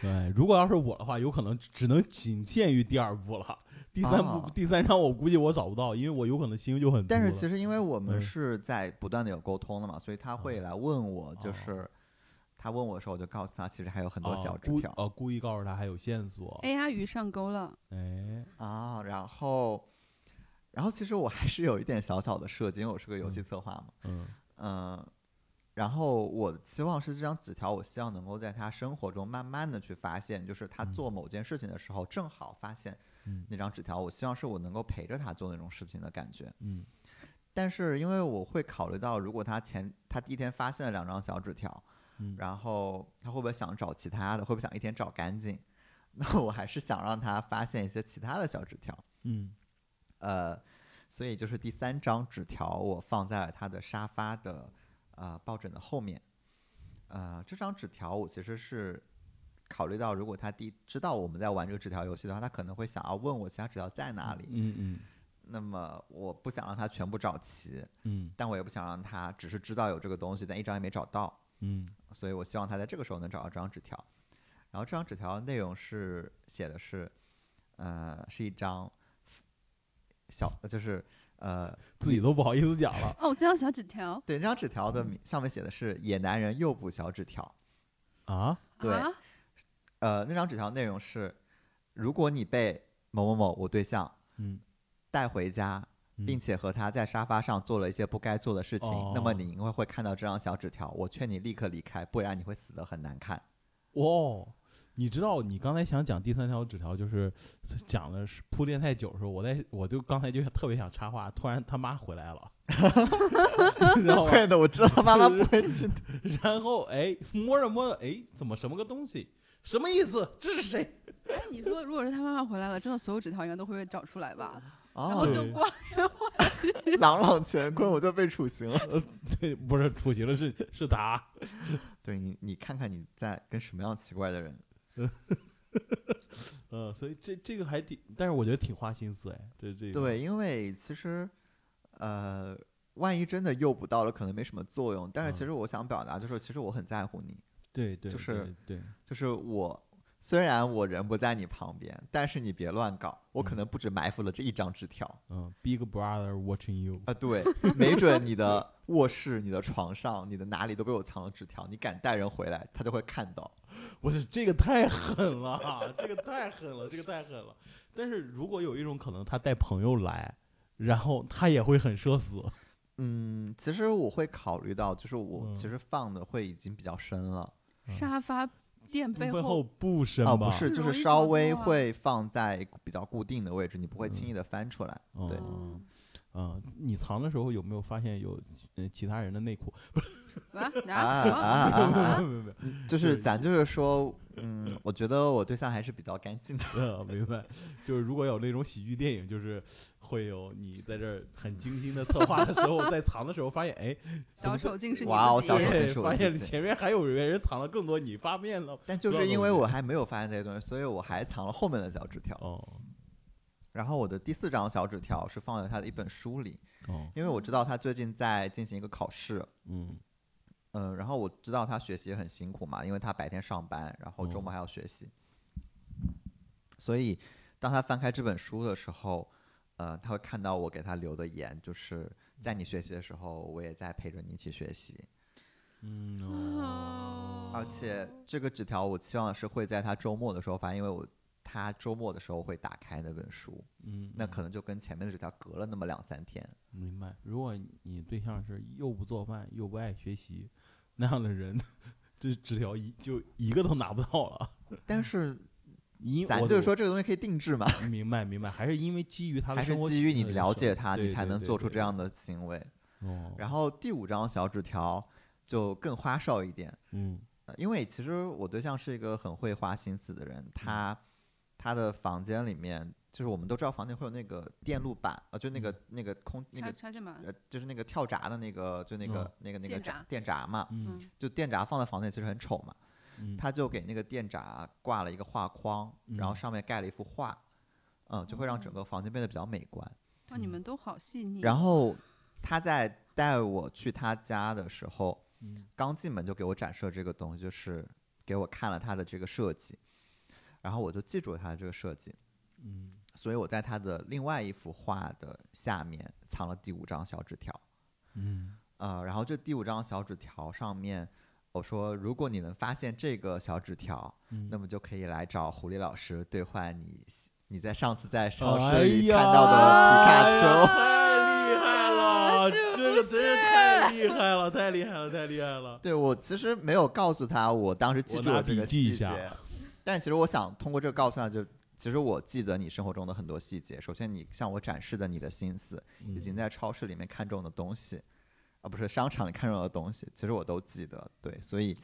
Speaker 3: 对，如果要是我的话，有可能只只能仅限于第二步了。第三步、
Speaker 2: 哦
Speaker 3: 第三章我估计我找不到，因为我有可能心就很
Speaker 2: 但是
Speaker 3: 实
Speaker 2: 其实因为我们
Speaker 3: 嗯哦
Speaker 2: 是在不断的有沟通的嘛，所以他会来问我，就是他问我的时候，我就告诉他，其实还有很多小纸条哎
Speaker 3: 哦，故意告诉他还有线索。
Speaker 1: AI 鱼上钩了，
Speaker 3: 哎，
Speaker 2: 啊。然后，然后其实我还是有一点小小的设计，因为我是个游戏
Speaker 3: 嗯
Speaker 2: 策划嘛，
Speaker 3: 嗯
Speaker 2: 嗯。然后我的期望是这张纸条，我希望能够在他生活中慢慢的去发现，就是他
Speaker 3: 嗯
Speaker 2: 做某件事情的时候，正好发现
Speaker 3: 嗯
Speaker 2: 那张纸条，我希望是我能够陪着他做那种事情的感觉。
Speaker 3: 嗯
Speaker 2: 但是因为我会考虑到，如果他前他第一天发现了两张小纸条，
Speaker 3: 嗯
Speaker 2: 然后他会不会想找其他的，会不会想一天找干净？ 那我还是想让他发现一些其他的小纸条。
Speaker 3: 嗯
Speaker 2: 呃，所以就是第三张纸条我放在了他的沙发的呃抱枕的后面。呃，这张纸条我其实是考虑到，如果他第知道我们在玩这个纸条游戏的话，他可能会想要问我其他纸条在哪里。
Speaker 3: 嗯嗯
Speaker 2: 那么我不想让他全部找齐，
Speaker 3: 嗯
Speaker 2: 但我也不想让他只是知道有这个东西，但一张也没找到。
Speaker 3: 嗯
Speaker 2: 所以我希望他在这个时候能找到这张纸条。然后这张纸条的内容是写的是，呃，是一张小，就是呃，
Speaker 3: 自己都不好意思讲了。
Speaker 1: 哦，我见到小纸条
Speaker 2: 对，这张纸条的名上面写的是“野男人诱捕小纸条
Speaker 3: 啊，
Speaker 2: 对
Speaker 1: 啊，”。
Speaker 2: 呃，那张纸条内容是，如果你被某某某我对象
Speaker 3: 嗯
Speaker 2: 带回家，并且和他在沙发上做了一些不该做的事情，那么
Speaker 3: 哦
Speaker 2: 你应该会看到这张小纸条。我劝你立刻离开，不然你会死得很难看。
Speaker 3: 哦，你知道你刚才想讲第三条纸条，就是讲的是铺垫太久的时候，我在我就刚才就想特别想插话，突然他妈回来了， 然后
Speaker 2: 会的，我知道妈妈不会 记得。
Speaker 3: 然后哎摸着摸着哎怎么什么个东西，什么意思？这是谁？
Speaker 1: 哎，你说如果是他妈妈回来了，真的所有纸条应该都会被找出来吧？然后
Speaker 2: 哦，
Speaker 1: 就
Speaker 3: 对
Speaker 1: 挂。
Speaker 2: 朗朗乾坤，我就被处刑了。
Speaker 3: 对，不是出席了，是是他。
Speaker 2: 对你，你看看你在跟什么样奇怪的人？
Speaker 3: 嗯，所以这这个还挺，但是我觉得挺花心思哎，这这个
Speaker 2: 对，因为其实，呃，万一真的诱捕到了，可能没什么作用。但是其
Speaker 3: 嗯
Speaker 2: 实我想表达就是，其实我很在乎你，
Speaker 3: 对对，
Speaker 2: 就是
Speaker 3: 对对
Speaker 2: 就是我。虽然我人不在你旁边，但是你别乱搞，我可能不止埋伏了这一张纸条啊、
Speaker 3: 嗯，Big Brother watching you，
Speaker 2: 对，没准你的卧室、你的床上、你的哪里都被我藏了纸条，你敢带人回来，他就会看到。
Speaker 3: 不是这个太狠了，这个太狠了，这个太狠了。但是如果有一种可能，他带朋友来，然后他也会很社死。
Speaker 2: 嗯，其实我会考虑到，就是我其
Speaker 3: 嗯
Speaker 2: 实放的会已经比较深了，
Speaker 1: 沙发垫背
Speaker 3: 背后不深吧？
Speaker 2: 哦，不是，
Speaker 1: 很
Speaker 2: 就
Speaker 1: 容
Speaker 2: 是
Speaker 1: 易
Speaker 2: 稍
Speaker 1: 找到
Speaker 2: 微
Speaker 1: 啊
Speaker 2: 会放在比较固定的位置，你不会轻
Speaker 3: 嗯
Speaker 2: 易的翻出来。
Speaker 3: 嗯，
Speaker 2: 对
Speaker 1: 嗯
Speaker 3: 嗯，你藏的时候有没有发现有呃其他人的内裤？
Speaker 1: 啊，拿
Speaker 2: 啊
Speaker 1: 什么？
Speaker 2: 啊啊啊
Speaker 3: 没有没有，
Speaker 2: 就是
Speaker 3: 对
Speaker 2: 咱就是说，嗯，我觉得我对象还是比较干净的。
Speaker 3: 呃，明白。就是如果有那种喜剧电影，就是会有你在这儿很精心的策划的时 候，在藏的时候发现，哎，怎
Speaker 1: 小
Speaker 3: 么
Speaker 1: 丑竟是你
Speaker 2: 哇哦
Speaker 1: 自己
Speaker 2: 小丑
Speaker 3: 对
Speaker 2: 竟是我
Speaker 3: 发现
Speaker 2: 自己
Speaker 3: 前面还有人藏了更多，你发现了。
Speaker 2: 但就
Speaker 3: 不知
Speaker 2: 是因
Speaker 3: 道怎
Speaker 2: 为
Speaker 3: 么
Speaker 2: 我还没有发现这些东西，所以我还藏了后面的小纸条。
Speaker 3: 哦
Speaker 2: 然后我的第四张小纸条是放在他的一本书里，
Speaker 3: 哦，
Speaker 2: 因为我知道他最近在进行一个考试，
Speaker 3: 嗯
Speaker 2: 嗯，然后我知道他学习也很辛苦嘛，因为他白天上班，然后
Speaker 3: 哦
Speaker 2: 周末还要学习，所以当他翻开这本书的时候，呃，他会看到我给他留的言，就是在你学习的时候，我也在陪着你一起学习，
Speaker 3: 嗯
Speaker 1: 哦
Speaker 2: 而且这个纸条我希望是会在他周末的时候发，因为我他周末的时候会打开那本书，
Speaker 3: 嗯，
Speaker 2: 那可能就跟前面的纸条隔了那么两三天，
Speaker 3: 明白。如果你对象是又不做饭又不爱学习那样的人，这纸条一就一个都拿不到了。
Speaker 2: 但是
Speaker 3: 因
Speaker 2: 咱
Speaker 3: 我
Speaker 2: 就是说这个东西可以定制嘛，
Speaker 3: 明白明白，还是因为基于他的
Speaker 2: 还是
Speaker 3: 生活
Speaker 2: 基于
Speaker 3: 习
Speaker 2: 你
Speaker 3: 惯
Speaker 2: 了解
Speaker 3: 生
Speaker 2: 他，
Speaker 3: 对
Speaker 2: 你才
Speaker 3: 对
Speaker 2: 能
Speaker 3: 对
Speaker 2: 做出
Speaker 3: 对
Speaker 2: 这样的行为。
Speaker 3: 哦，
Speaker 2: 然后第五张小纸条就更花哨一点，
Speaker 3: 嗯
Speaker 2: 呃因为其实我对象是一个很会花心思的
Speaker 3: 嗯
Speaker 2: 人，他他的房间里面就是我们都知道房间会有那个电路板，呃，就那
Speaker 3: 嗯
Speaker 2: 个那个空那
Speaker 1: 插
Speaker 2: 个
Speaker 1: 插线板，
Speaker 2: 呃就是那个跳闸的那个就那个那个那个
Speaker 1: 电
Speaker 2: 闸
Speaker 1: 闸
Speaker 2: 电闸嘛，
Speaker 3: 嗯
Speaker 1: 嗯，
Speaker 2: 就电闸放在房间其实很丑嘛，
Speaker 3: 嗯，
Speaker 2: 他就给那个电闸挂了一个画框，然后
Speaker 3: 嗯
Speaker 2: 上面盖了一幅画，嗯，就会让整
Speaker 1: 哦
Speaker 2: 个房间变得比较美观。
Speaker 1: 哇，你们都好细腻。
Speaker 2: 然后他在带我去他家的时候，
Speaker 3: 嗯
Speaker 2: 刚进门就给我展示了这个东西，就是给我看了他的这个设计，然后我就记住了他的这个设计，
Speaker 3: 嗯
Speaker 2: 所以我在他的另外一幅画的下面藏了第五张小纸条，
Speaker 3: 嗯
Speaker 2: 呃，然后这第五张小纸条上面。我说，如果你能发现这个小纸条，
Speaker 3: 嗯，
Speaker 2: 那么就可以来找狐狸老师兑换你你在上次在超
Speaker 3: 哎
Speaker 2: 市里
Speaker 3: 呀
Speaker 2: 看到的皮卡丘。
Speaker 3: 哎太厉害了，
Speaker 1: 是
Speaker 3: 这个
Speaker 1: 不
Speaker 3: 真是太厉害了，太厉害了，太厉害了。
Speaker 2: 对我其实没有告诉他，我当时记
Speaker 3: 我
Speaker 2: 住
Speaker 3: 拿
Speaker 2: 了这
Speaker 3: 笔
Speaker 2: 个
Speaker 3: 记一
Speaker 2: 细
Speaker 3: 下
Speaker 2: 节，但其实我想通过这个告诉他就，其实我记得你生活中的很多细节。首先，你向我展示的你的心思，以
Speaker 3: 嗯
Speaker 2: 及你在超市里面看中的东西，啊，不是商场里看中的东西，其实我都记得。对，所以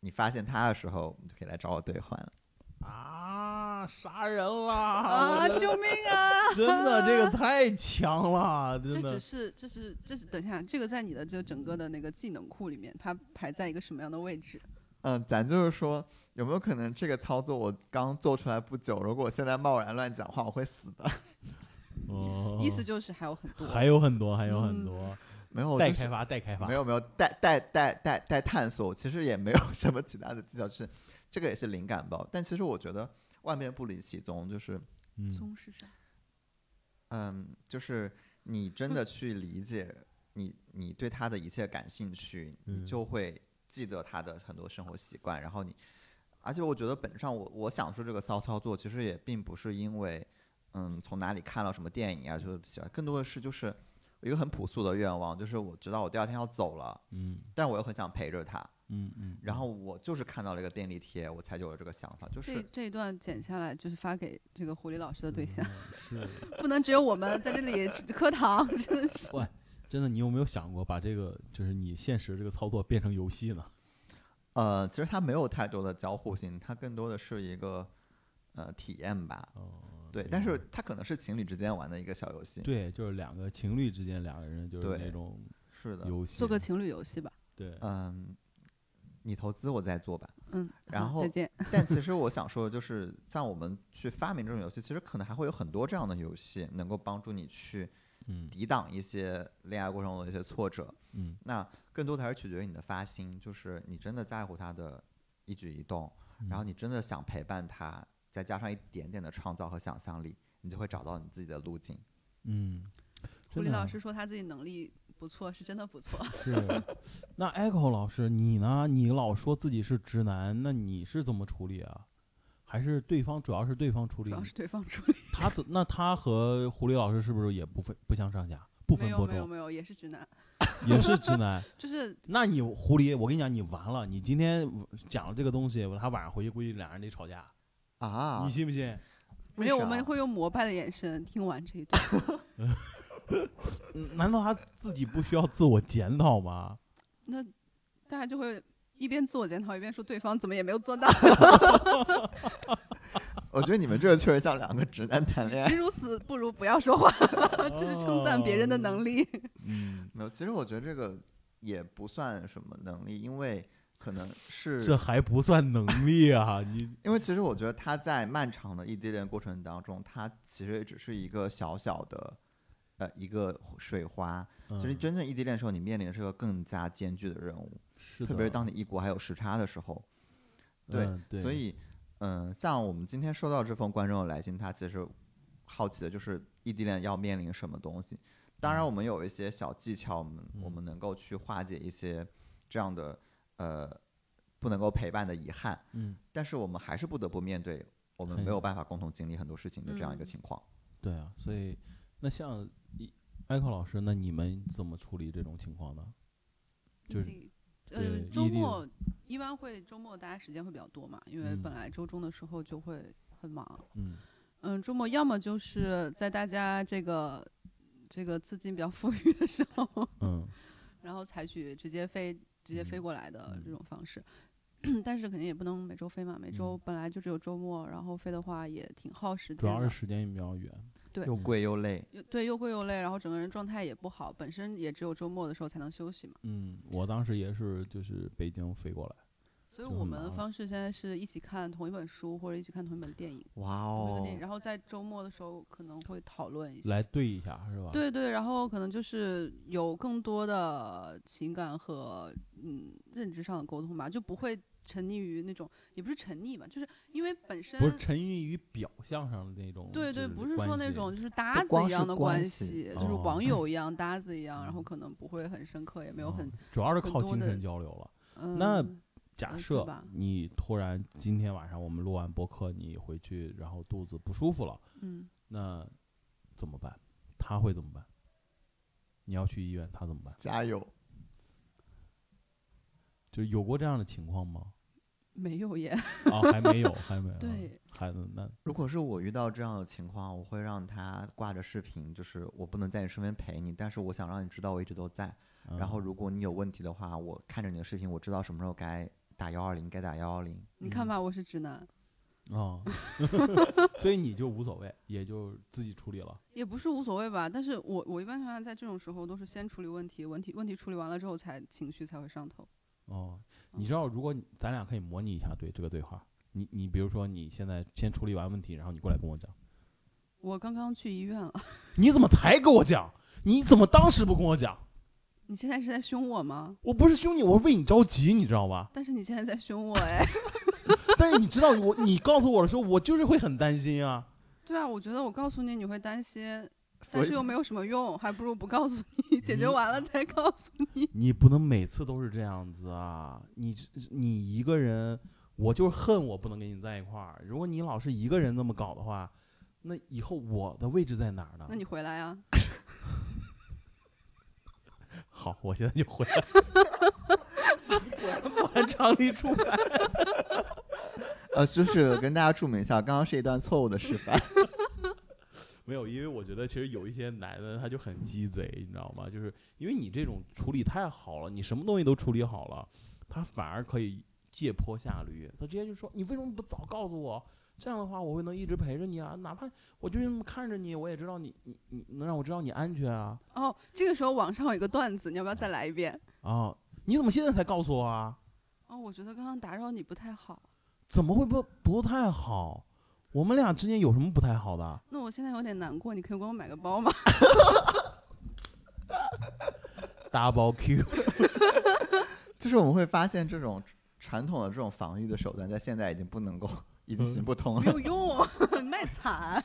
Speaker 2: 你发现他的时候，你就可以来找我兑换了。
Speaker 3: 啊，杀人啦！
Speaker 1: 啊！
Speaker 3: 我的
Speaker 1: 救命啊！
Speaker 3: 真的，这个太强了，
Speaker 1: 这
Speaker 3: 真
Speaker 1: 只
Speaker 3: 的。
Speaker 1: 是，这是，这是，等一下，这个在你的这整个的那个技能库里面，它排在一个什么样的位置？
Speaker 2: 嗯，咱就是说，有没有可能这个操作我刚做出来不久，如果我现在贸然乱讲话，我会死的。
Speaker 3: 哦
Speaker 1: 意思就是还有很多，
Speaker 3: 还有很多，还有很
Speaker 1: 嗯
Speaker 3: 多，
Speaker 2: 没有，
Speaker 3: 待
Speaker 2: 就
Speaker 3: 开
Speaker 2: 是
Speaker 3: 发，待开发
Speaker 2: 没。有没有，带带带带带探索，其实也没有 什么其他的技巧，是这个也是灵感包。但其实我觉得万变不离其宗，就是
Speaker 3: 嗯
Speaker 1: 宗是啥？
Speaker 2: 嗯，就是你真的去理解你你对他的一切感兴趣，
Speaker 3: 嗯
Speaker 2: 你就会记得他的很多生活习惯，然后你，而且我觉得本质上我我想说这个骚操作，其实也并不是因为。嗯从哪里看到什么电影啊，就是喜欢，更多的是就是一个很朴素的愿望，就是我知道我第二天要走了，
Speaker 3: 嗯
Speaker 2: 但我又很想陪着他。
Speaker 3: 嗯嗯，
Speaker 2: 然后我就是看到了一个便利贴，我才有了这个想法，就
Speaker 1: 这
Speaker 2: 是
Speaker 1: 这一段剪下来就是发给这个狐狸老师的对象，
Speaker 3: 是
Speaker 1: 不能只有我们在这 里磕糖，真的是。
Speaker 3: 真的，你有没有想过把这个就是你现实这个操作变成游戏呢？
Speaker 2: 呃，其实它没有太多的交互性，它更多的是一个呃体验吧。
Speaker 3: 哦，
Speaker 2: 对，
Speaker 3: 明
Speaker 2: 但是
Speaker 3: 白
Speaker 2: 它可能是情侣之间玩的一个小游戏。
Speaker 3: 对，就是两个情侣之间，两个人就是
Speaker 2: 对
Speaker 3: 那种
Speaker 2: 是的，
Speaker 3: 游戏，
Speaker 1: 做个情侣游戏吧，
Speaker 3: 对，
Speaker 2: 嗯，你投资我再做吧。
Speaker 1: 嗯，
Speaker 2: 然
Speaker 1: 好
Speaker 2: 后
Speaker 1: 再见。
Speaker 2: 但其实我想说的就是，像我们去发明这种游戏，其实可能还会有很多这样的游戏，能够帮助你去
Speaker 3: 嗯
Speaker 2: 抵挡一些恋爱过程中的一些挫折。
Speaker 3: 嗯
Speaker 2: 那更多的还是取决于你的发心，就是你真的在乎他的一举一动，
Speaker 3: 嗯
Speaker 2: 然后你真的想陪伴他，再加上一点点的创造和想象力，你就会找到你自己的路径。
Speaker 3: 嗯，
Speaker 1: 狐
Speaker 3: 真
Speaker 1: 狸
Speaker 3: 的
Speaker 1: 老师说他自己能力不错，是真的不错。
Speaker 3: 是。那 Echo 老师，你呢？你老说自己是直男，那你是怎么处理啊？还是对方主要是对方处
Speaker 1: 主
Speaker 3: 理
Speaker 1: 要？是对方处理，
Speaker 3: 他怎那他和狐狸老师是不是也不分不相上下，不
Speaker 1: 没
Speaker 3: 分
Speaker 1: 有
Speaker 3: 伯
Speaker 1: 没有
Speaker 3: 仲，
Speaker 1: 没有，也是直男，
Speaker 3: 也是直男？
Speaker 1: 就是
Speaker 3: 那你狐狸，我跟你讲，你完了！你今天讲了这个东西，他晚上回去估计俩人得吵架，
Speaker 2: 啊
Speaker 3: 你信不信？
Speaker 1: 没有，我们会用膜拜的眼神听完这一段。
Speaker 3: 嗯难道他自己不需要自我检 讨吗？
Speaker 1: 那大家就会一边自我检讨，一边说对方怎么也没有做到。
Speaker 2: 我觉得你们这个确实像两个直男谈恋
Speaker 1: 与其
Speaker 2: 爱。
Speaker 1: 如此，不如不要说话，这是称赞别
Speaker 3: 哦
Speaker 1: 人的能力。
Speaker 3: 嗯，
Speaker 2: 没有，其实我觉得这个也不算什么能力，因为可能是
Speaker 3: 这还不算能力啊！你
Speaker 2: 因为其实我觉得他在漫长的异地恋过程当中，他其实也只是一个小小的，呃，一个水花。 其实
Speaker 3: 嗯
Speaker 2: 真正异地恋的时候，你面临的是个更加艰巨的任务，
Speaker 3: 是
Speaker 2: 特别是
Speaker 3: 的
Speaker 2: 当你异国还有时差的时候。
Speaker 3: 嗯对，
Speaker 2: 所以，嗯、像我们今天收到这封观众的来信，他其实好奇的就是异地恋要面临什么东西。当然，我们有一些小技巧，我们我们能够去化解一些这样的呃不能够陪伴的遗憾。
Speaker 3: 嗯，
Speaker 2: 但是我们还是不得不面对我们
Speaker 3: 很
Speaker 2: 没有办法共同经历很多事情的这样一个
Speaker 1: 嗯
Speaker 2: 情况。
Speaker 3: 对啊，所以那像一 Echo 老师，那你们怎么处理这种情况呢？ 就是
Speaker 1: 己呃
Speaker 3: 对，
Speaker 1: 周
Speaker 3: 异地
Speaker 1: 末一般会周末大家时间会比较多嘛，因为
Speaker 3: 嗯
Speaker 1: 本来周中的时候就会很忙。
Speaker 3: 嗯
Speaker 1: 嗯，周末要么就是在大家这个这个资金比较富裕的时候，
Speaker 3: 嗯
Speaker 1: 然后采取直接飞直接飞
Speaker 3: 嗯
Speaker 1: 过来的这
Speaker 3: 嗯
Speaker 1: 种方式。 但是肯定也不能每周飞嘛，每周
Speaker 3: 嗯
Speaker 1: 本来就只有周末，然后飞的话也挺耗时
Speaker 3: 主
Speaker 1: 间
Speaker 3: 要
Speaker 1: 的
Speaker 3: 是，时间也比较远。
Speaker 1: 对
Speaker 2: 又贵又累，
Speaker 1: 又对又贵又累，然后整个人状态也不好，本身也只有周末的时候才能休息嘛。
Speaker 3: 嗯，我当时也是就是北京飞过来，
Speaker 1: 所以
Speaker 3: 就很
Speaker 1: 我们的
Speaker 3: 忙啊
Speaker 1: 方式现在是一起看同一本书或者一起看同一本电影，
Speaker 2: 哇
Speaker 1: 同一个
Speaker 2: 哦
Speaker 1: 电！影，然后在周末的时候可能会讨论一下。
Speaker 3: 来对一下是吧？，
Speaker 1: 对对，然后可能就是有更多的情感和嗯认知上的沟通吧，就不会沉溺于那种，也不是沉溺吧，就是因为本身
Speaker 3: 不是沉迷于表象上的那种，
Speaker 1: 对对，
Speaker 3: 就
Speaker 1: 不是说
Speaker 3: 关
Speaker 1: 那
Speaker 3: 系
Speaker 1: 种就是搭
Speaker 2: 不
Speaker 1: 子
Speaker 2: 光
Speaker 1: 一
Speaker 2: 是
Speaker 1: 样的
Speaker 2: 关
Speaker 1: 关
Speaker 2: 系
Speaker 1: 系，就是
Speaker 3: 哦
Speaker 1: 网友一样 搭子一样，然后
Speaker 3: 嗯
Speaker 1: 可能不会很深刻，也没有
Speaker 3: 嗯
Speaker 1: 很
Speaker 3: 主要是
Speaker 1: 很
Speaker 3: 靠
Speaker 1: 多
Speaker 3: 精
Speaker 1: 的
Speaker 3: 神交流了。
Speaker 1: 嗯。
Speaker 3: 那
Speaker 1: 嗯
Speaker 3: 假
Speaker 1: 呃对
Speaker 3: 设
Speaker 1: 吧
Speaker 3: 你突然今天晚上我们录完播客，你回去然后肚子不舒服了，
Speaker 1: 嗯，
Speaker 3: 那怎么办？他会怎么办？你要去医院，他怎么办？
Speaker 2: 加油！
Speaker 3: 就有过这样的情况吗？
Speaker 1: 没有耶，
Speaker 3: 啊，还没有，还没有。
Speaker 1: 对，
Speaker 3: 还那
Speaker 2: 如果是我遇到这样的情况，我会让他挂着视频，就是我不能在你身边陪你，但是我想让你知道我一直都在。然后
Speaker 3: 嗯
Speaker 2: 如果你有问题的话，我看着你的视频，我知道什么时候该打幺二零，该打幺幺零。
Speaker 1: 你看
Speaker 3: 嗯
Speaker 1: 吧，我是直男，
Speaker 3: 啊，所以你就无所谓，也就自己处理了。
Speaker 1: 也不是无所谓吧，但是我我一般情况下在这种时候都是先处理问题，问题问题处理完了之后才情绪才会上头。
Speaker 3: 哦，你知道，如果你咱俩可以模拟一下对这个对话，你你比如说你现在先处理完问题，然后你过来跟我讲，
Speaker 1: 我刚刚去医院了，
Speaker 3: 你怎么才跟我讲？你怎么当时不跟我讲？
Speaker 1: 你现在是在凶我吗？
Speaker 3: 我不是凶你，我是为你着急，你知道吧？
Speaker 1: 但是你现在在凶我哎，
Speaker 3: 但是你知道我，你告诉我的时候，我就是会很担心啊。
Speaker 1: 对啊，我觉得我告诉你你会担心，
Speaker 2: 所
Speaker 1: 但
Speaker 2: 以嗯
Speaker 1: 是又没有什么用，还不如不告诉你，解决
Speaker 3: 你
Speaker 1: 完了再告诉你。
Speaker 3: 你不能每次都是这样子啊！你你一个人，我就是恨我不能跟你在一块儿。如果你老是一个人这么搞的话，那以后我的位置在哪儿呢
Speaker 1: 那？你回来啊呀、
Speaker 3: 好，我现在就回来。 我按常理出牌。
Speaker 2: 呃，就是跟大家注明一下，刚刚是一段错误的示范。
Speaker 3: 没有，因为我觉得其实有一些男的他就很鸡贼，你知道吗？就是因为你这种处理太好了，你什么东西都处理好了，他反而可以借坡下驴。他直接就说：“你为什么不早告诉我？这样的话，我会能一直陪着你啊。哪怕我就这么看着你，我也知道你，你你能让我知道你安全啊。
Speaker 1: 哦，这个时候网上有个段子，你要不要再来一遍？
Speaker 3: 啊，你怎么现在才告诉我啊？
Speaker 1: 哦，我觉得刚刚打扰你不太好。
Speaker 3: 怎么会不不太好？我们俩之间有什么不太好的？
Speaker 1: 那我现在有点难过，你可以给我买个包吗？
Speaker 3: Double Q，
Speaker 2: 就是我们会发现，这种传统的这种防御的手段，在现在已经不能够，已经行不通
Speaker 1: 没
Speaker 3: 嗯
Speaker 2: 了。
Speaker 1: 有用，啊 你卖惨。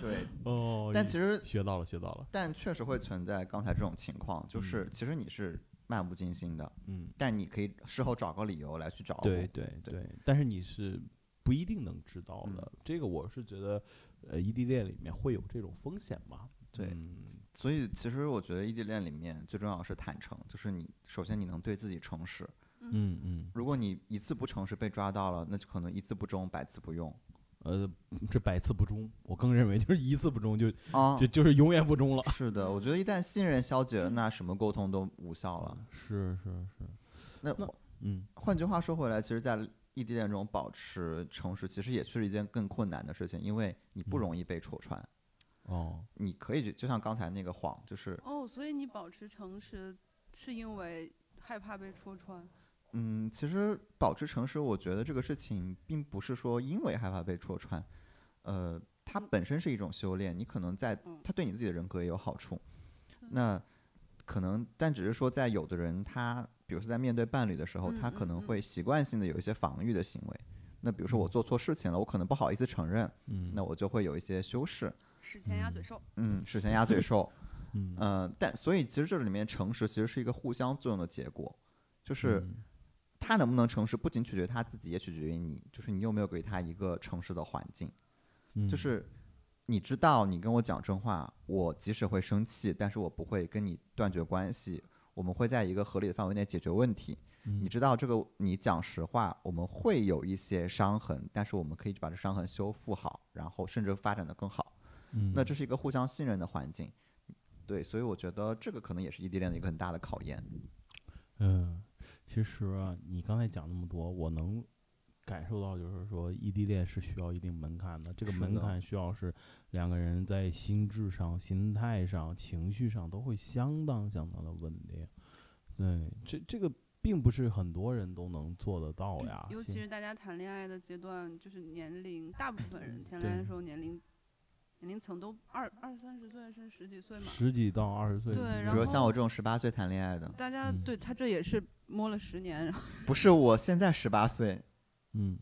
Speaker 2: 对，
Speaker 3: 哦，
Speaker 2: 但其实
Speaker 3: 学到了，学到了，
Speaker 2: 但确实会存在刚才这种情况，就是
Speaker 3: 嗯
Speaker 2: 其实你是漫不经心的，
Speaker 3: 嗯，
Speaker 2: 但你可以事后找个理由来去找补。
Speaker 3: 对对对，但是你是不一定能知道的，
Speaker 2: 嗯
Speaker 3: 这个我是觉得，呃，异地恋里面会有这种风险嘛？
Speaker 2: 对
Speaker 3: 嗯
Speaker 2: 所以其实我觉得异地恋里面最重要的是坦诚，就是你首先你能对自己诚实。
Speaker 3: 嗯嗯，
Speaker 2: 如果你一次不诚实被抓到了，那就可能一次不忠，百次不用
Speaker 3: 呃，这百次不忠，我更认为就是一次不忠就
Speaker 2: 啊。
Speaker 3: 就就是永远不忠了。
Speaker 2: 是的，我觉得一旦信任消解了，那什么沟通都无效
Speaker 3: 嗯
Speaker 2: 了。
Speaker 3: 是是是，
Speaker 2: 那
Speaker 3: 那嗯，
Speaker 2: 换句话说回来，其实，在异地恋中保持诚实，其实也是一件更困难的事情，因为你不
Speaker 3: 嗯
Speaker 2: 容易被戳穿。
Speaker 3: 哦，
Speaker 2: 你可以就就像刚才那个谎，就是
Speaker 1: 哦，所以你保持诚实是因为害怕被戳穿。
Speaker 2: 嗯，其实保持诚实，我觉得这个事情并不是说因为害怕被戳穿，呃，它本身是一种修炼，你可能在
Speaker 1: 嗯
Speaker 2: 它对你自己的人格也有好处
Speaker 1: 嗯。
Speaker 2: 那可能，但只是说，在有的人他，比如说在面对伴侣的时候，
Speaker 1: 嗯
Speaker 2: 他可
Speaker 1: 嗯
Speaker 2: 能
Speaker 1: 嗯
Speaker 2: 会习惯性的有一些防御的行为。那比如说我做错事情了，我可能不好意思承认，
Speaker 3: 嗯，
Speaker 2: 那我就会有一些修饰，
Speaker 1: 史前鸭
Speaker 3: 嗯
Speaker 1: 嘴兽，
Speaker 2: 嗯，事 先鸭嘴兽，
Speaker 3: 嗯
Speaker 2: 嗯，但所以其实这里面诚实其实是一个互相作用的结果，就是
Speaker 3: 嗯
Speaker 2: 他能不能诚实，不仅取决于他自己，也取决于你，就是你有没有给他一个诚实的环境，
Speaker 3: 嗯
Speaker 2: 就是你知道你跟我讲真话，我即使会生气，但是我不会跟你断绝关系，我们会在一个合理的范围内解决问题。
Speaker 3: 嗯
Speaker 2: 你知道这个，你讲实话，我们会有一些伤痕，但是我们可以把这伤痕修复好，然后甚至发展的更好。
Speaker 3: 嗯
Speaker 2: 那这是一个互相信任的环境，对，所以我觉得这个可能也是异地恋的一个很大的考验。
Speaker 3: 嗯，其实啊，你刚才讲那么多，我能感受到，就是说异地恋是需要一定门槛的，这个
Speaker 2: 是
Speaker 3: 门
Speaker 2: 的
Speaker 3: 槛需要是两个人在心智上、心态上、情绪上都会相当相当的稳定。对，这这个并不是很多人都能做得到呀。
Speaker 1: 嗯尤其
Speaker 3: 现
Speaker 1: 是大家谈恋爱的阶段，就是年龄，大部分人谈恋爱的
Speaker 3: 嗯对
Speaker 1: 时候年龄年龄层都二二三十岁，甚至十几岁嘛。
Speaker 3: 十几到二十岁之
Speaker 1: 对
Speaker 3: 间，
Speaker 2: 比
Speaker 1: 然
Speaker 2: 如说像
Speaker 1: 后
Speaker 2: 我这种十八岁谈恋 爱的，
Speaker 1: 大家
Speaker 3: 嗯
Speaker 1: 对他这也是摸了十年，然后
Speaker 2: 不是我现在十八岁，
Speaker 3: 嗯，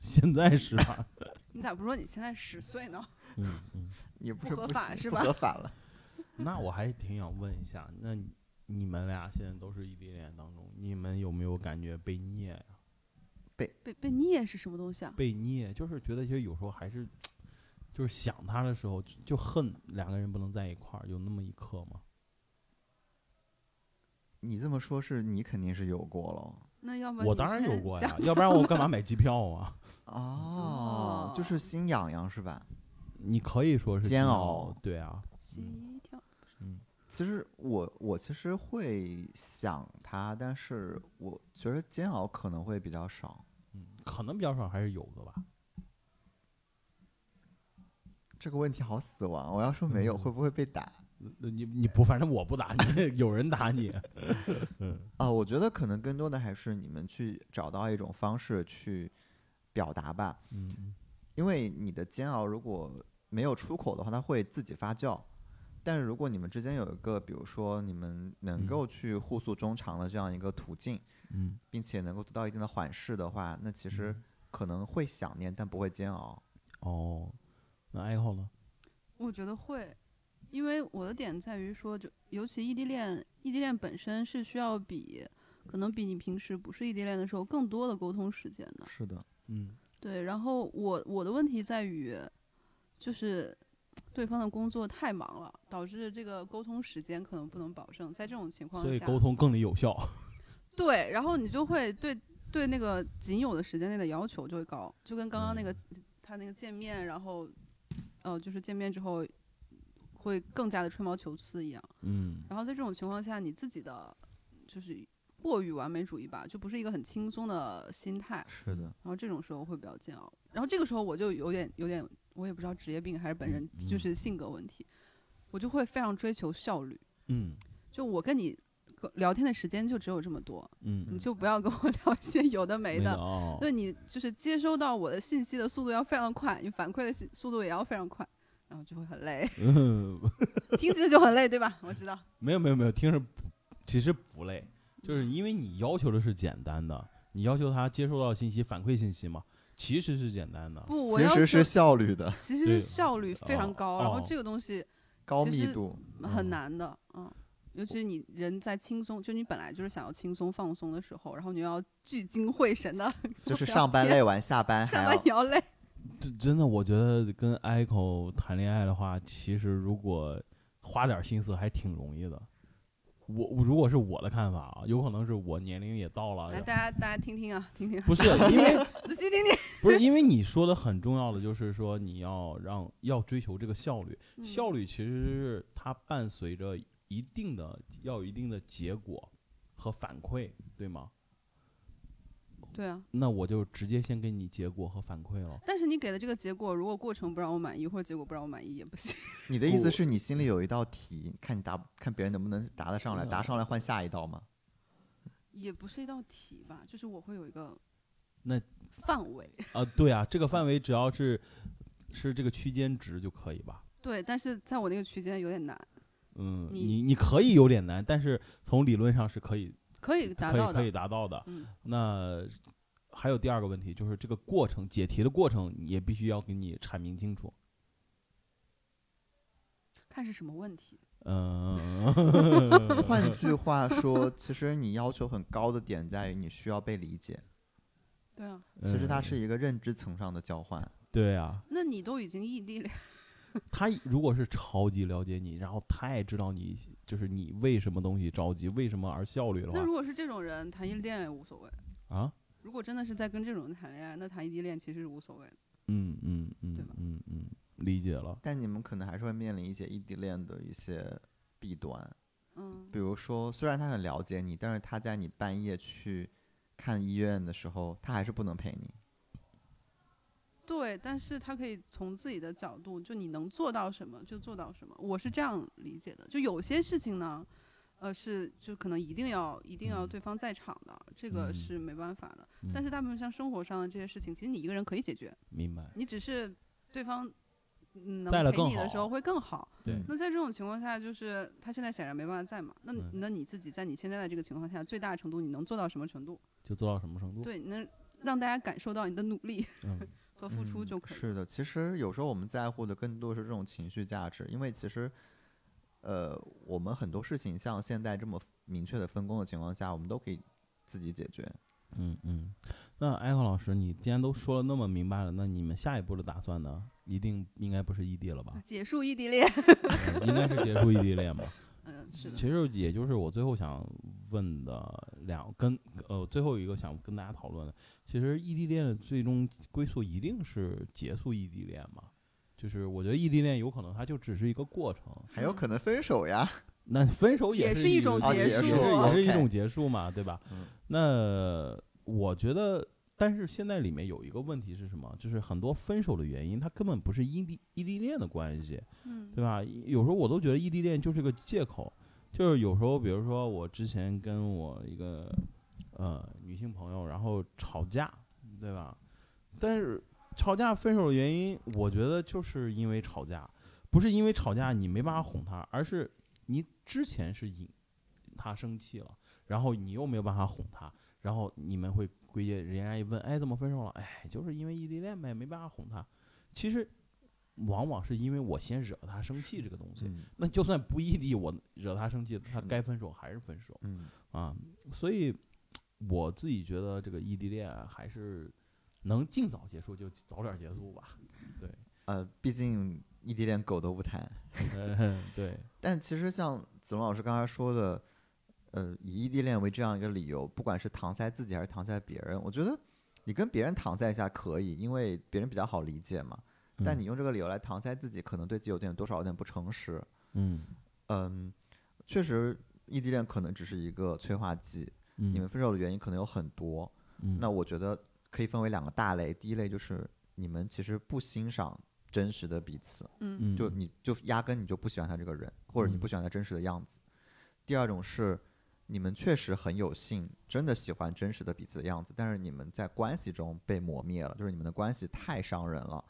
Speaker 3: 现在是吧？
Speaker 1: 你咋不说你现在十岁呢？
Speaker 3: 嗯嗯，
Speaker 2: 也不
Speaker 1: 不
Speaker 2: 是
Speaker 1: 合
Speaker 2: 不
Speaker 1: 法
Speaker 2: 行
Speaker 1: 是
Speaker 2: 不
Speaker 1: 吧
Speaker 2: 合法了。
Speaker 3: 那我还挺想问一下，那你你们俩现在都是异地恋当中，你们有没有感觉被虐呀、
Speaker 1: 被被虐是什么东西啊？
Speaker 3: 被虐，就是觉得其实有时候还是，就是想他的时候就就恨两个人不能在一块儿，有那么一刻吗？
Speaker 2: 你这么说，是你肯定是有过了
Speaker 1: 那要不你
Speaker 3: 我当然有
Speaker 1: 先
Speaker 3: 过
Speaker 1: 讲
Speaker 3: 呀，要不然我干嘛买机票啊？
Speaker 2: 哦，就是心痒痒是吧？
Speaker 3: 你可以说是
Speaker 2: 煎
Speaker 3: 煎
Speaker 2: 熬，
Speaker 3: 对啊，
Speaker 1: 心一跳，
Speaker 3: 嗯
Speaker 2: 其实我我其实会想他，但是我觉得煎熬可能会比较少，
Speaker 3: 嗯，可能比较少还是有的吧。
Speaker 2: 这个问题好死亡。我要说没有，
Speaker 3: 嗯
Speaker 2: 会不会被打？
Speaker 3: 呃你你不，反正我不打你， 有人 打你，
Speaker 1: 嗯
Speaker 2: 啊、我觉得可能更多的还是你们去找到一种方式去表达吧，
Speaker 3: 嗯
Speaker 2: 因为你的煎熬如果没有出口的话，它会自己发酵。但是如果你们之间有一个，比如说你们能
Speaker 3: 嗯
Speaker 2: 够去互诉衷肠的这样一个途径，
Speaker 3: 嗯，
Speaker 2: 并且能够得到一定的缓释的话，那其实
Speaker 3: 嗯
Speaker 2: 可能会想念，但不会煎熬。
Speaker 3: 哦，那 echo 呢？
Speaker 1: 我觉得会，因为我的点在于说，就尤其异地恋，异地恋本身是需要比可能比你平时不是异地恋的时候更多的沟通时间的。
Speaker 2: 是的，
Speaker 3: 嗯
Speaker 1: 对，然后我我的问题在于，就是对方的工作太忙了，导致这个沟通时间可能不能保证。在这种情况
Speaker 3: 所以
Speaker 1: 下，
Speaker 3: 沟通更得有效。
Speaker 1: 对，然后你就会对对那个仅有的时间内的要求就会高，就跟刚刚那个、
Speaker 3: 嗯
Speaker 1: 他那个见面，然后呃，就是见面之后会更加的吹毛求疵一样。
Speaker 3: 嗯
Speaker 1: 然后在这种情况下，你自己的就是过于完美主义吧，就不是一个很轻松的心态。
Speaker 2: 是的，
Speaker 1: 然后这种时候会比较煎熬。然后这个时候我就有点有点，我也不知道职业病还是本人
Speaker 3: 嗯
Speaker 1: 就是性格问题，我就会非常追求效率。
Speaker 3: 嗯
Speaker 1: 就我跟你聊天的时间就只有这么多，
Speaker 3: 嗯
Speaker 1: 你，就不要跟我 聊一些有的没
Speaker 3: 的
Speaker 1: 的。
Speaker 3: 哦，
Speaker 1: 对你就是接收到我的信息的速度要非常快，你反馈的信速度也要非常快，然后就会很 累，
Speaker 3: 嗯，
Speaker 1: 听起来就很累，对吧？我 知道，
Speaker 3: 没有没有没有，听着不其实不累，就是因为你要求的是简单的，你要求他接收到信息反馈信息嘛，其实是简单的。
Speaker 1: 不，我
Speaker 2: 其
Speaker 1: 要
Speaker 2: 实是
Speaker 1: 求
Speaker 2: 效率的
Speaker 1: 其实
Speaker 3: 对
Speaker 1: 是效率非常
Speaker 3: 哦
Speaker 1: 高，然后
Speaker 3: 哦
Speaker 1: 这个东西
Speaker 2: 高
Speaker 1: 其
Speaker 2: 密
Speaker 1: 实
Speaker 2: 度，
Speaker 1: 很
Speaker 3: 嗯
Speaker 1: 难的，嗯，尤其是你人在轻松，就你本来就是想要轻松放松的时候，然后你又要聚精会神 的跟我聊天，
Speaker 2: 就是上班累完下班还
Speaker 1: 下班
Speaker 2: 要
Speaker 1: 也要累，
Speaker 3: 这真的，我觉得跟 Echo 谈恋爱的话，其实如果花点心思还挺容易的。我我如果是我的看法啊，有可能是我年龄也到了，
Speaker 1: 来大家大家听听啊，听听啊，
Speaker 3: 不是因为
Speaker 1: 仔细 听听，
Speaker 3: 不是因为你说的很重要的就是说你要让要追求这个效率，效
Speaker 1: 嗯率，
Speaker 3: 率其实是它伴随着一定的要有一定的结果和反馈，对吗？
Speaker 1: 对啊，
Speaker 3: 那我就直接先给你结果和反馈了。
Speaker 1: 但是你给的这个结果，如果过程不让我满意，或者结果不让我满意也不行，
Speaker 2: 你的意思
Speaker 3: 不
Speaker 2: 是你心里有一道题，看你答不看别人能不能答得上
Speaker 1: 嗯
Speaker 2: 来，答上来换下一道吗？
Speaker 1: 也不是一道题吧，就是我会有一个
Speaker 3: 那
Speaker 1: 范围，
Speaker 3: 啊，对啊，这个范围只要是是这个区间值就可以吧？
Speaker 1: 对，但是在我那个区间有点难，
Speaker 3: 嗯，
Speaker 1: 你
Speaker 3: 你你可以有点难，但是从理论上是可以
Speaker 1: 可以达
Speaker 3: 可
Speaker 1: 到
Speaker 3: 以可
Speaker 1: 的
Speaker 3: 以，达到的。
Speaker 1: 嗯
Speaker 3: 那还有第二个问题，就是这个过程解题的过程，你也必须要给你阐明清楚。
Speaker 1: 看是什么问题，
Speaker 3: 嗯，
Speaker 2: 换句话说，其实你要求很高的点在于你需要被理解，
Speaker 1: 对啊，
Speaker 2: 其实它
Speaker 3: 嗯
Speaker 2: 是一个认知层上的交换。
Speaker 3: 对啊，
Speaker 1: 那你都已经异地了。
Speaker 3: 他如果是超级了解你，然后太知道你就是你为什么东西着急，为什么而效率的
Speaker 1: 那
Speaker 3: 话
Speaker 1: 如果是这种人，谈异地恋也无所谓。
Speaker 3: 啊，
Speaker 1: 如果真的是在跟这种人谈恋爱，那谈异地恋其实是无所谓的。
Speaker 3: 嗯嗯
Speaker 1: 对
Speaker 3: 嗯
Speaker 1: 吧
Speaker 3: 嗯嗯，理解了。
Speaker 2: 但你们可能还是会面临一些异地恋的一些弊端，
Speaker 1: 嗯
Speaker 2: 比如说，虽然他很了解你，但是他在你半夜去看医院的时候，他还是不能陪你。
Speaker 1: 对，但是他可以从自己的角度，就你能做到什么就做到什么，我是这样理解的。就有些事情呢，呃，是就可能一定要一定要
Speaker 3: 嗯
Speaker 1: 对方在场的，这个
Speaker 3: 嗯
Speaker 1: 是没办法的。但
Speaker 3: 嗯
Speaker 1: 是大部分像生活上的这些事情，其实你一个人可以解决，
Speaker 3: 明白，
Speaker 1: 你只是对方嗯能
Speaker 3: 在了
Speaker 1: 陪
Speaker 3: 更
Speaker 1: 你的时
Speaker 3: 好
Speaker 1: 候会更好。
Speaker 3: 对
Speaker 2: 嗯
Speaker 1: 那在这种情况下，就是他现在显然没办法在嘛，那你
Speaker 3: 嗯
Speaker 1: 那你自己在你现在的这个情况下，最大程度你能做到什么程度？
Speaker 3: 就做到什么程度？
Speaker 1: 对，你能让大家感受到你的努力
Speaker 3: 嗯
Speaker 1: 和付出就可以。？
Speaker 2: 是的，其实有时候我们在乎的更多是这种情绪价值，因为其实，呃，我们很多事情像现在这么明确的分工的情况下，我们都可以自己解决。
Speaker 3: 嗯嗯。那艾克老师，你既然都说了那么明白了，那你们下一步的打算呢？一定应该不是异地了吧
Speaker 1: 结束异地恋，
Speaker 3: 嗯应该是结束异地恋吧？
Speaker 1: 嗯，是的
Speaker 3: 其，实也就是我最后想问的两跟呃最后一个想跟大家讨论的，其实异地恋的最终归宿一定是结束异地恋嘛？就是我觉得异地恋有可能它就只是一个过程，
Speaker 2: 还有可
Speaker 1: 嗯
Speaker 2: 能分手呀，
Speaker 3: 那分手
Speaker 1: 也
Speaker 3: 是
Speaker 1: 是一
Speaker 3: 一
Speaker 1: 种
Speaker 3: 个
Speaker 2: 结
Speaker 3: 也是
Speaker 2: 束
Speaker 3: 也是一
Speaker 2: OK
Speaker 3: 种结束嘛，对吧？
Speaker 2: 嗯
Speaker 3: 那我觉得，但是现在里面有一个问题是什么？就是很多分手的原因，它根本不是异地异地恋的关系，
Speaker 1: 嗯
Speaker 3: 对吧？有时候我都觉得异地恋就是个借口，就是有时候，比如说我之前跟我一个呃女性朋友，然后吵架，对吧？但是吵架分手的原因，我觉得就是因为吵架，不是因为吵架你没办法哄她，而是你之前是引她生气了，然后你又没有办法哄她，然后你们会归结，人家一问，哎，怎么分手了？哎，就是因为异地恋呗，没办法哄她。其实往往是因为我先惹她生气这个东西，
Speaker 2: 嗯
Speaker 3: 那就算不异地，我惹她生气，她
Speaker 2: 的
Speaker 3: 该分手还是分手
Speaker 2: 嗯，
Speaker 3: 啊。所以我自己觉啊 得这个异地恋还是能尽早结束就早点结束吧。对，
Speaker 2: 呃，毕竟异地恋狗都不谈。
Speaker 3: 嗯，对，
Speaker 2: 但其实像子龙老师刚才说的，呃，以异地恋为这样一个理由，不管是搪塞自己还是搪塞别人，我觉得你跟别人搪塞一下可以，因为别人比较好理解嘛。但
Speaker 3: 嗯
Speaker 2: 你用这个理由来搪塞自己，可能对自己有点多少有点不诚实。
Speaker 3: 嗯
Speaker 2: 嗯，确实，异地恋可能只是一个催化剂。
Speaker 3: 嗯，
Speaker 2: 你们分手的原因可能有很多，
Speaker 3: 嗯
Speaker 2: 那我觉得可以分为两个大类。第一类就是你们其实不欣赏真实的彼此，
Speaker 1: 嗯
Speaker 3: 嗯
Speaker 2: 就你就压根你就不喜欢他这个人，或者你
Speaker 3: 嗯
Speaker 2: 不喜欢他真实的样子。第二种是你们确实很有幸，真的喜欢真实的彼此的样子，但是你们在关系中被磨灭了，就是你们的关系太伤人了，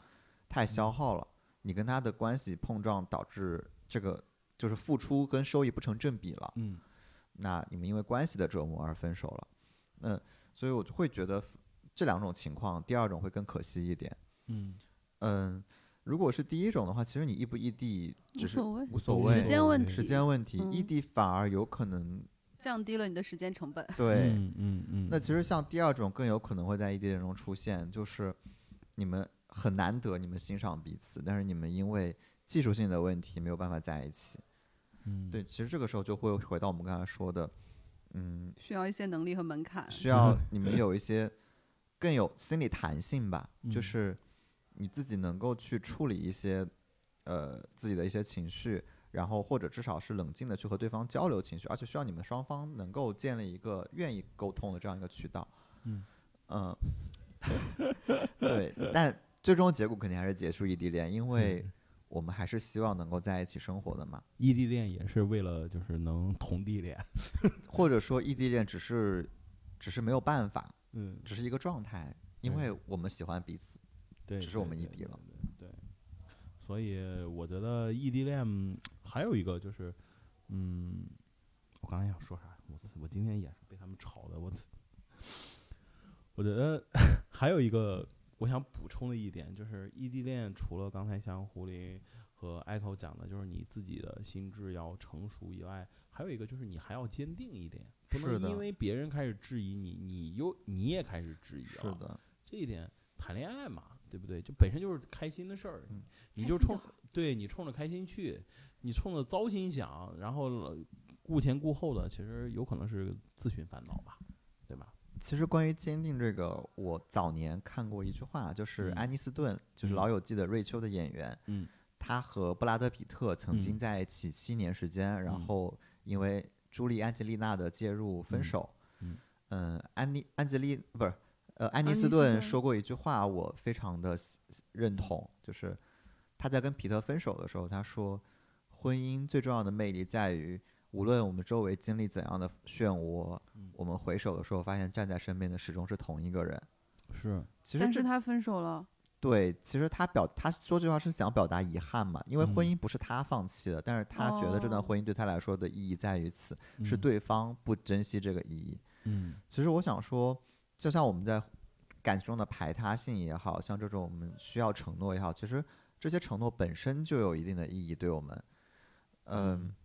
Speaker 2: 太
Speaker 3: 嗯
Speaker 2: 消耗了，你跟他的关系碰撞导致这个就是付出跟收益不成正比了。
Speaker 3: 嗯
Speaker 2: 那你们因为关系的折磨而分手了，嗯，所以我就会觉得这两种情况，第二种会更可惜一点。
Speaker 3: 嗯
Speaker 2: 嗯，如果是第一种的话，其实你异不异地只
Speaker 1: 无
Speaker 2: 是
Speaker 1: 所谓，
Speaker 2: 无所
Speaker 1: 时
Speaker 2: 谓，
Speaker 1: 间问题
Speaker 2: 时间问题，
Speaker 1: 嗯
Speaker 2: 异地反而有可 能
Speaker 1: 降低了你的时间成本。
Speaker 2: 对。
Speaker 3: 嗯嗯嗯，
Speaker 2: 那其实像第二种更有可能会在异地恋中出现，就是你们很难得你们欣赏彼此，但是你们因为技术性的问题没有办法在一起。
Speaker 3: 嗯
Speaker 2: 对，其实这个时候就会回到我们刚才说的，嗯，
Speaker 1: 需要一些能力和门槛，
Speaker 2: 需
Speaker 3: 嗯
Speaker 2: 要你们有一些更有心理弹性吧，就
Speaker 3: 嗯
Speaker 2: 是你自己能够去处理一些呃自己的一些情绪，然后或者至少是冷静的去和对方交流情绪，而且需要你们双方能够建立一个愿意沟通的这样一个渠道。
Speaker 3: 嗯
Speaker 2: 嗯对，但最终结果肯定还是结束异地恋，因为
Speaker 3: 嗯
Speaker 2: 我们还是希望能够在一起生活的嘛。
Speaker 3: 异地恋也是为了就是能同地恋，
Speaker 2: 或者说异地恋只是只是没有办法，
Speaker 3: 嗯，
Speaker 2: 只是一个状态，因
Speaker 3: 对
Speaker 2: 为我们喜欢彼此。
Speaker 3: 对，
Speaker 2: 只是
Speaker 3: 对
Speaker 2: 我们异
Speaker 3: 对
Speaker 2: 地了
Speaker 3: 对对对所以我觉得异地恋嗯还有一个就是，嗯，我刚才想说啥？我我今天也是被他们吵的，我我觉得 还有一个我想补充的一点就是，异地恋除了刚才像狐狸和 Echo 讲的，就是你自己的心智要成熟以外，还有一个就是你还要坚定一点，不
Speaker 2: 是
Speaker 3: 能
Speaker 2: 的
Speaker 3: 因为别人开始质疑你，你又你也开始质疑啊了。
Speaker 2: 是的，
Speaker 3: 这一点，谈恋爱嘛，对不对？就本身就是开心的事儿，
Speaker 2: 嗯
Speaker 3: 你
Speaker 1: 开
Speaker 3: 就
Speaker 1: 心
Speaker 3: 冲
Speaker 1: 好
Speaker 3: 对你冲着开心去，你冲着糟心想，然后呃顾前顾后的，其实有可能是自寻烦恼吧，对吧？
Speaker 2: 其实关于坚定这个，我早年看过一句话，就是
Speaker 3: 嗯
Speaker 2: 安妮斯顿，就是《
Speaker 3: 嗯
Speaker 2: 老友记》的瑞秋的演员，
Speaker 3: 嗯，
Speaker 2: 她和布拉德皮特曾
Speaker 3: 嗯
Speaker 2: 经在一起七年时间，然
Speaker 3: 嗯
Speaker 2: 后因为朱莉安吉丽娜的介入分
Speaker 3: 嗯
Speaker 2: 手。
Speaker 3: 嗯
Speaker 2: 嗯安妮安吉丽不是。呃，安妮
Speaker 1: 安妮
Speaker 2: 斯
Speaker 1: 斯
Speaker 2: 顿
Speaker 1: 顿
Speaker 2: 说过一句话，我非常的认同，就是她在跟皮特分手的时候，她说，婚姻最重要的魅力在于，无论我们周围经历怎样的漩涡，
Speaker 3: 嗯
Speaker 2: 我们回首的时候，发现站在身边的始终是同一个人。
Speaker 3: 是，
Speaker 2: 其实
Speaker 1: 但是
Speaker 2: 这
Speaker 1: 他分手了，
Speaker 2: 对，其实他表他说这句话是想表达遗憾嘛，因为婚
Speaker 3: 嗯
Speaker 2: 姻不是他放弃的，但是他觉得这段
Speaker 1: 哦
Speaker 2: 婚姻对他来说的意义在于此，是
Speaker 3: 嗯，
Speaker 2: 对方不珍惜这个意义。
Speaker 3: 嗯
Speaker 2: 其实我想说，就像我们在感情中的排他性也好像这种我们需要承诺也好，其实这些承诺本身就有一定的意义对我们。嗯，
Speaker 3: 嗯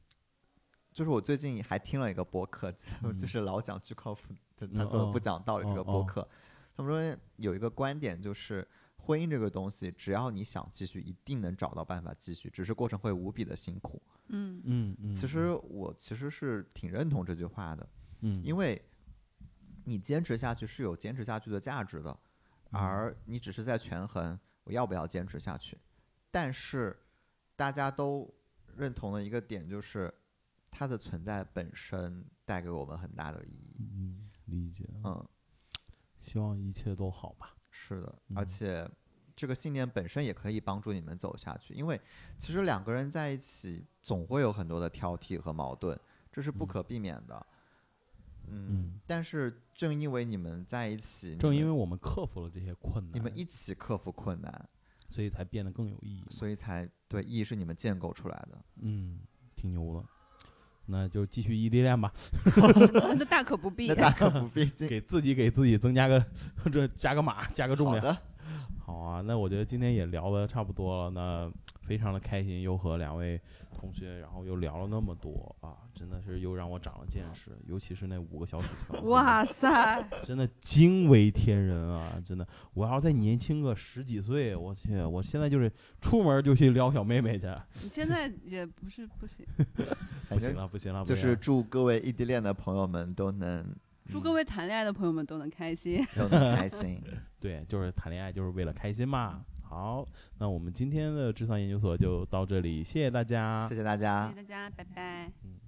Speaker 2: 就是我最近还听了一个播客，
Speaker 3: 嗯
Speaker 2: 就是老讲巨靠谱，就
Speaker 3: 嗯
Speaker 2: 他做的
Speaker 3: 哦
Speaker 2: 不讲道理这个播
Speaker 3: 哦哦
Speaker 2: 客，他们说有一个观点就是。婚姻这个东西，只要你想继续，一定能找到办法继续，只是过程会无比的辛苦。
Speaker 1: 嗯，
Speaker 3: 嗯嗯，
Speaker 2: 其实我其实是挺认同这句话的，
Speaker 3: 嗯，
Speaker 2: 因为你坚持下去是有坚持下去的价值的，
Speaker 3: 嗯
Speaker 2: 而你只是在权衡我要不要坚持下去。但是大家都认同的一个点就是，它的存在本身带给我们很大的意义。
Speaker 3: 嗯理解，
Speaker 2: 嗯，
Speaker 3: 希望一切都好吧。
Speaker 2: 是的，而
Speaker 3: 嗯
Speaker 2: 且这个信念本身也可以帮助你们走下去，因为其实两个人在一起总会有很多的挑剔和矛盾，这是不
Speaker 3: 嗯
Speaker 2: 可避免的。
Speaker 3: 嗯
Speaker 2: 嗯，但是正因为你们在一起，你
Speaker 3: 正因
Speaker 2: 们
Speaker 3: 为我们克服了这些困难，
Speaker 2: 嗯你们一起克服困难，
Speaker 3: 所以才变得更有意义嘛。
Speaker 2: 所以才对意义是你们建构出来的。
Speaker 3: 嗯，挺牛的。那就继续异地恋吧，
Speaker 1: 那那大可不必
Speaker 2: 那。大可不 必进。
Speaker 3: 给自己给自己增加个 这加个码，加个重
Speaker 2: 好
Speaker 3: 量。
Speaker 2: 的，
Speaker 3: 啊好啊，那我觉得今天也聊的差不多了，那非常的开心，又和两位同学，然后又聊了那么多啊，真的是又让我长了见识，尤其是那五个小薯条，
Speaker 1: 哇塞，
Speaker 3: 真的惊为天人啊！真的，我要再年轻个十几岁，我去，我现在就是出门就去撩小妹妹
Speaker 2: 哎
Speaker 3: 去，
Speaker 1: 你现在也不是不行。
Speaker 2: 反
Speaker 3: 不行
Speaker 2: 正
Speaker 3: 了，不行了，不
Speaker 2: 就
Speaker 3: 行
Speaker 2: 是
Speaker 3: 了
Speaker 2: 祝各位异地恋的朋友们都能
Speaker 1: 祝
Speaker 3: 嗯
Speaker 1: 各位谈恋爱的朋友们都能开心。
Speaker 2: 都能开 心。
Speaker 3: 对，就是谈恋爱就是为了开心嘛。好，那我们今天的智商研究所就到这里，谢谢大家，
Speaker 2: 谢谢大家，
Speaker 1: 谢谢大家，拜拜。
Speaker 3: 嗯。